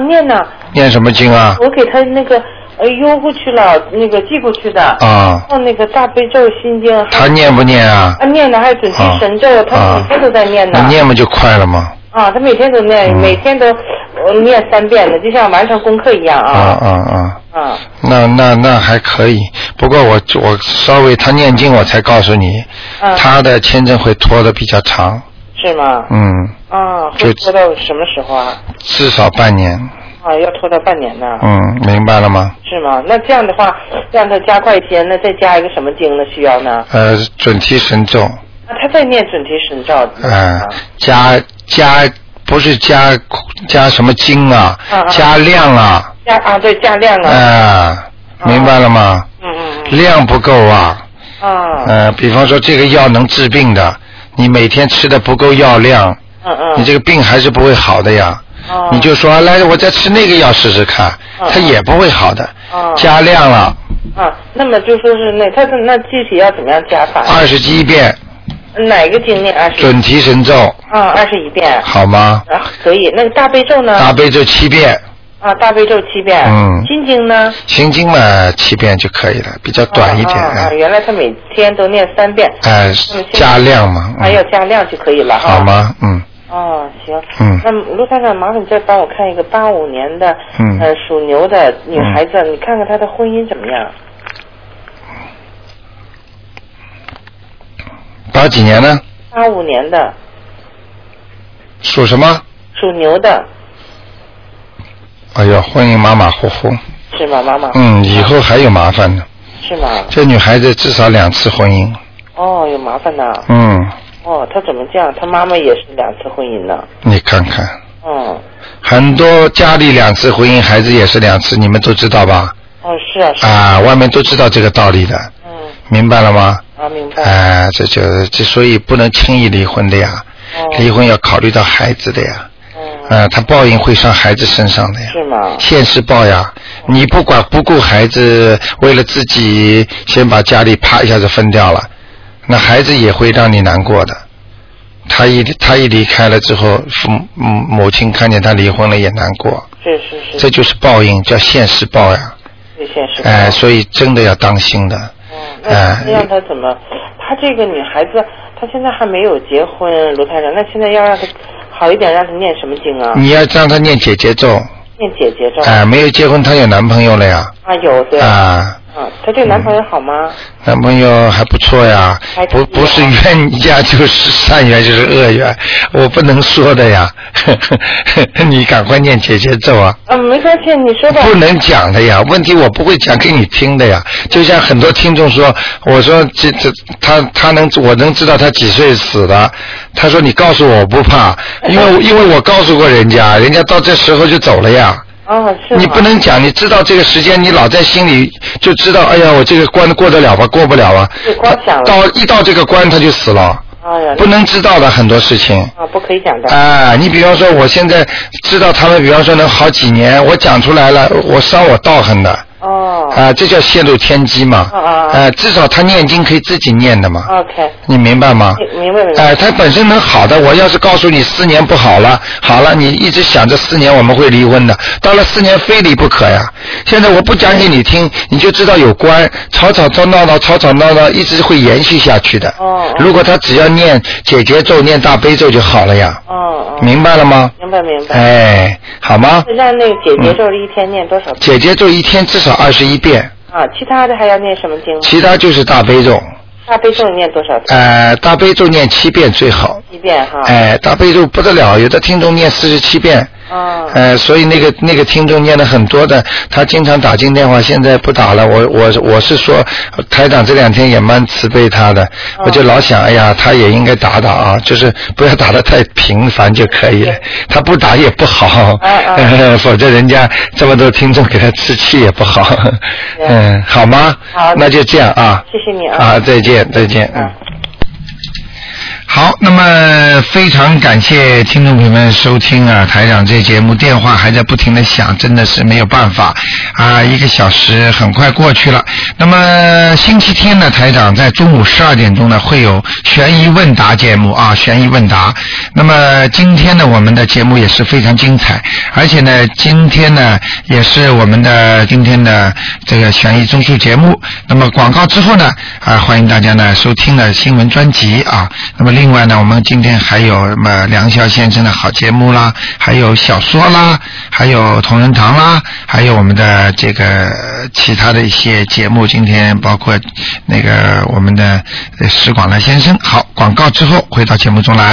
Speaker 10: 念呢，
Speaker 1: 念什么经啊？
Speaker 10: 我给他那个呃邮过去了，那个寄过去的。
Speaker 1: 啊，
Speaker 10: 然后那个大悲咒心经。
Speaker 1: 他念不念啊？
Speaker 10: 啊，念的还有准提神咒，他
Speaker 1: 啊
Speaker 10: 每天都在念呢
Speaker 1: 那。念不嗯就快了吗？
Speaker 10: 啊，他每天都念，每天都呃念三遍的，就像完成功课一样
Speaker 1: 啊
Speaker 10: 啊。
Speaker 1: 啊啊！
Speaker 10: 啊，
Speaker 1: 那那那还可以，不过我我稍微他念经我才告诉你，
Speaker 10: 嗯
Speaker 1: 他的签证会拖得比较长，
Speaker 10: 是吗？
Speaker 1: 嗯，
Speaker 10: 啊，
Speaker 1: 就
Speaker 10: 会拖到什么时候啊？
Speaker 1: 至少半年，
Speaker 10: 啊，要拖到半年呢。
Speaker 1: 嗯，明白了吗？
Speaker 10: 是吗？那这样的话，让他加快一些，那再加一个什么经呢？需要呢？
Speaker 1: 呃，准提神咒，
Speaker 10: 啊，他在念准提神咒。啊
Speaker 1: 嗯，加加不是加加什么经啊
Speaker 10: 嗯，嗯
Speaker 1: 加量啊，
Speaker 10: 加啊，对，加量
Speaker 1: 啊、
Speaker 10: 啊。
Speaker 1: 明白了吗？
Speaker 10: 嗯嗯
Speaker 1: 量不够啊，
Speaker 10: 嗯。啊。
Speaker 1: 呃，比方说这个药能治病的，你每天吃的不够药量，
Speaker 10: 嗯嗯。
Speaker 1: 你这个病还是不会好的呀。
Speaker 10: 哦
Speaker 1: 你就说来，我再吃那个药试试看，
Speaker 10: 嗯
Speaker 1: 它也不会好的。
Speaker 10: 哦
Speaker 1: 加量了
Speaker 10: 啊，那么就说是那他的那具体要怎么样加法呀？
Speaker 1: 二十一遍
Speaker 10: 嗯哪个经念二
Speaker 1: 啊
Speaker 10: 十？
Speaker 1: 准提神咒，
Speaker 10: 啊，二十一遍。
Speaker 1: 好吗？
Speaker 10: 啊，可以。那个大悲咒呢？
Speaker 1: 大悲咒七遍，
Speaker 10: 啊，大悲咒七遍。
Speaker 1: 嗯
Speaker 10: 心经呢？
Speaker 1: 心经嘛七遍就可以了，比较短一点。
Speaker 10: 啊啊啊
Speaker 1: 哎
Speaker 10: 原来他每天都念三遍。
Speaker 1: 哎
Speaker 10: 那么现，在
Speaker 1: 加量嘛，
Speaker 10: 嗯还
Speaker 1: 嗯
Speaker 10: 要加量就可以了啊。
Speaker 1: 好？吗？嗯，
Speaker 10: 哦，行。
Speaker 1: 嗯
Speaker 10: 那么卢台长，麻烦你再帮我看一个八五年的，
Speaker 1: 嗯
Speaker 10: 呃，属牛的女孩子，你看看她的婚姻怎么样？
Speaker 1: 八几年呢？
Speaker 10: 八五年的
Speaker 1: 属什么？
Speaker 10: 属牛的
Speaker 1: 哎呦，婚姻马马虎虎，
Speaker 10: 是吗，妈妈？
Speaker 1: 嗯，以后还有麻烦呢。
Speaker 10: 是吗？
Speaker 1: 这女孩子至少两次婚姻，
Speaker 10: 哦，有麻烦呐。
Speaker 1: 嗯，
Speaker 10: 哦，她怎么这样？她妈妈也是两次婚姻呢。
Speaker 1: 你看看，
Speaker 10: 嗯，
Speaker 1: 很多家里两次婚姻，孩子也是两次，你们都知道吧？
Speaker 10: 哦，是啊，是啊，
Speaker 1: 啊，外面都知道这个道理的，
Speaker 10: 嗯，
Speaker 1: 明白了吗？
Speaker 10: 啊，明白。
Speaker 1: 哎、这就这所以不能轻易离婚的呀，
Speaker 10: 哦，
Speaker 1: 离婚要考虑到孩子的呀，
Speaker 10: 嗯，
Speaker 1: 呃，他报应会上孩子身上的呀。
Speaker 10: 是吗？
Speaker 1: 现实报呀，你不管不顾孩子，为了自己先把家里啪一下子分掉了，那孩子也会让你难过的。他一他一离开了之后，父母母母亲看见他离婚了也难过，
Speaker 10: 是是是，
Speaker 1: 这就是报应，叫现实报呀。
Speaker 10: 最现实。
Speaker 1: 哎、所以真的要当心的。
Speaker 10: 嗯，
Speaker 1: 哎
Speaker 10: 那那让她怎么？她这个女孩子，她现在还没有结婚，卢太长，那现在要让她好一点，让她念什么经啊？
Speaker 1: 你要让他念姐姐咒，哎
Speaker 10: 念姐姐咒。
Speaker 1: 哎、没有结婚他有男朋友了呀，
Speaker 10: 啊，有对。
Speaker 1: 啊、
Speaker 10: 啊啊，她这个男朋友好吗？
Speaker 1: 男朋友还不错呀
Speaker 10: 还，可以
Speaker 1: 不
Speaker 10: 啊
Speaker 1: 不是冤家就是善缘就是恶缘，我不能说的呀， 你赶快念姐姐咒啊。
Speaker 10: 啊，没关系，你说吧。
Speaker 1: 不能讲的呀，问题我不会讲给你听的呀。就像很多听众说，我说这这他他能我能知道他几岁死的，他说你告诉我我不怕，因为因为我告诉过人家，人家到这时候就走了呀。
Speaker 10: 啊，是吗
Speaker 1: 你不能讲，你知道这个时间，你老在心里就知道，哎呀，我这个关过得了吧，过不了啊。
Speaker 10: 是光想了。
Speaker 1: 到一到这个关，他就死了，
Speaker 10: 哎呀，
Speaker 1: 不能知道的很多事情。
Speaker 10: 啊，不可以讲的。
Speaker 1: 啊，你比方说，我现在知道他们，比方说能好几年，我讲出来了，我伤我道行的。
Speaker 10: 哦。
Speaker 1: 啊，这叫泄露天机嘛。
Speaker 10: 啊啊
Speaker 1: 呃，至少他念经可以自己念的嘛，
Speaker 10: OK，
Speaker 1: 你明白吗？
Speaker 10: 明白了。
Speaker 1: 哎、他本身能好的，我要是告诉你四年不好了，好了，你一直想着四年我们会离婚的，到了四年非离不可呀。现在我不讲给你听，你就知道有关，吵吵吵闹闹，吵吵闹闹，一直会延续下去的。
Speaker 10: 哦
Speaker 1: 如果他只要念解结咒、念大悲咒就好了呀，
Speaker 10: 哦哦。
Speaker 1: 呃明白了吗？
Speaker 10: 明白明白。。
Speaker 1: 哎，好吗？
Speaker 10: 让那个姐姐咒一天念多少遍？
Speaker 1: 解结咒一天至少二十一遍，
Speaker 10: 啊，其他的还要念什么经吗？
Speaker 1: 其他就是大悲咒。
Speaker 10: 大悲咒念多少遍？
Speaker 1: 呃，大悲咒念七遍最好。
Speaker 10: 一遍哈。
Speaker 1: 哎，大悲咒不得了，有的听众念四十七遍。
Speaker 10: 啊。
Speaker 1: 呃，所以那个那个听众念了很多的，他经常打进电话，现在不打了。我我我是说，台长这两天也蛮慈悲他的，
Speaker 10: 哦
Speaker 1: 我就老想，哎呀，他也应该打打啊，就是不要打得太频繁就可以了。他不打也不好，
Speaker 10: 嗯
Speaker 1: 否则人家这么多听众给他吃气也不好。嗯，好吗？
Speaker 10: 好
Speaker 1: 那就这样啊。
Speaker 10: 谢谢你啊
Speaker 1: 啊，再见，再见，嗯。好，那么非常感谢听众朋友们收听啊，台长这节目电话还在不停的响，真的是没有办法啊，一个小时很快过去了。那么星期天呢，台长在中午十二点钟呢会有悬疑问答节目啊，悬疑问答。那么今天呢，我们的节目也是非常精彩，而且呢，今天呢也是我们的今天的这个悬疑综述节目。那么广告之后呢，啊，欢迎大家呢收听了新闻专辑啊。那么另外呢，我们今天还有什么梁霄先生的好节目啦，还有小说啦，还有同仁堂啦，还有我们的这个呃其他的一些节目，今天包括那个我们的呃史广来先生。好，广告之后回到节目中来。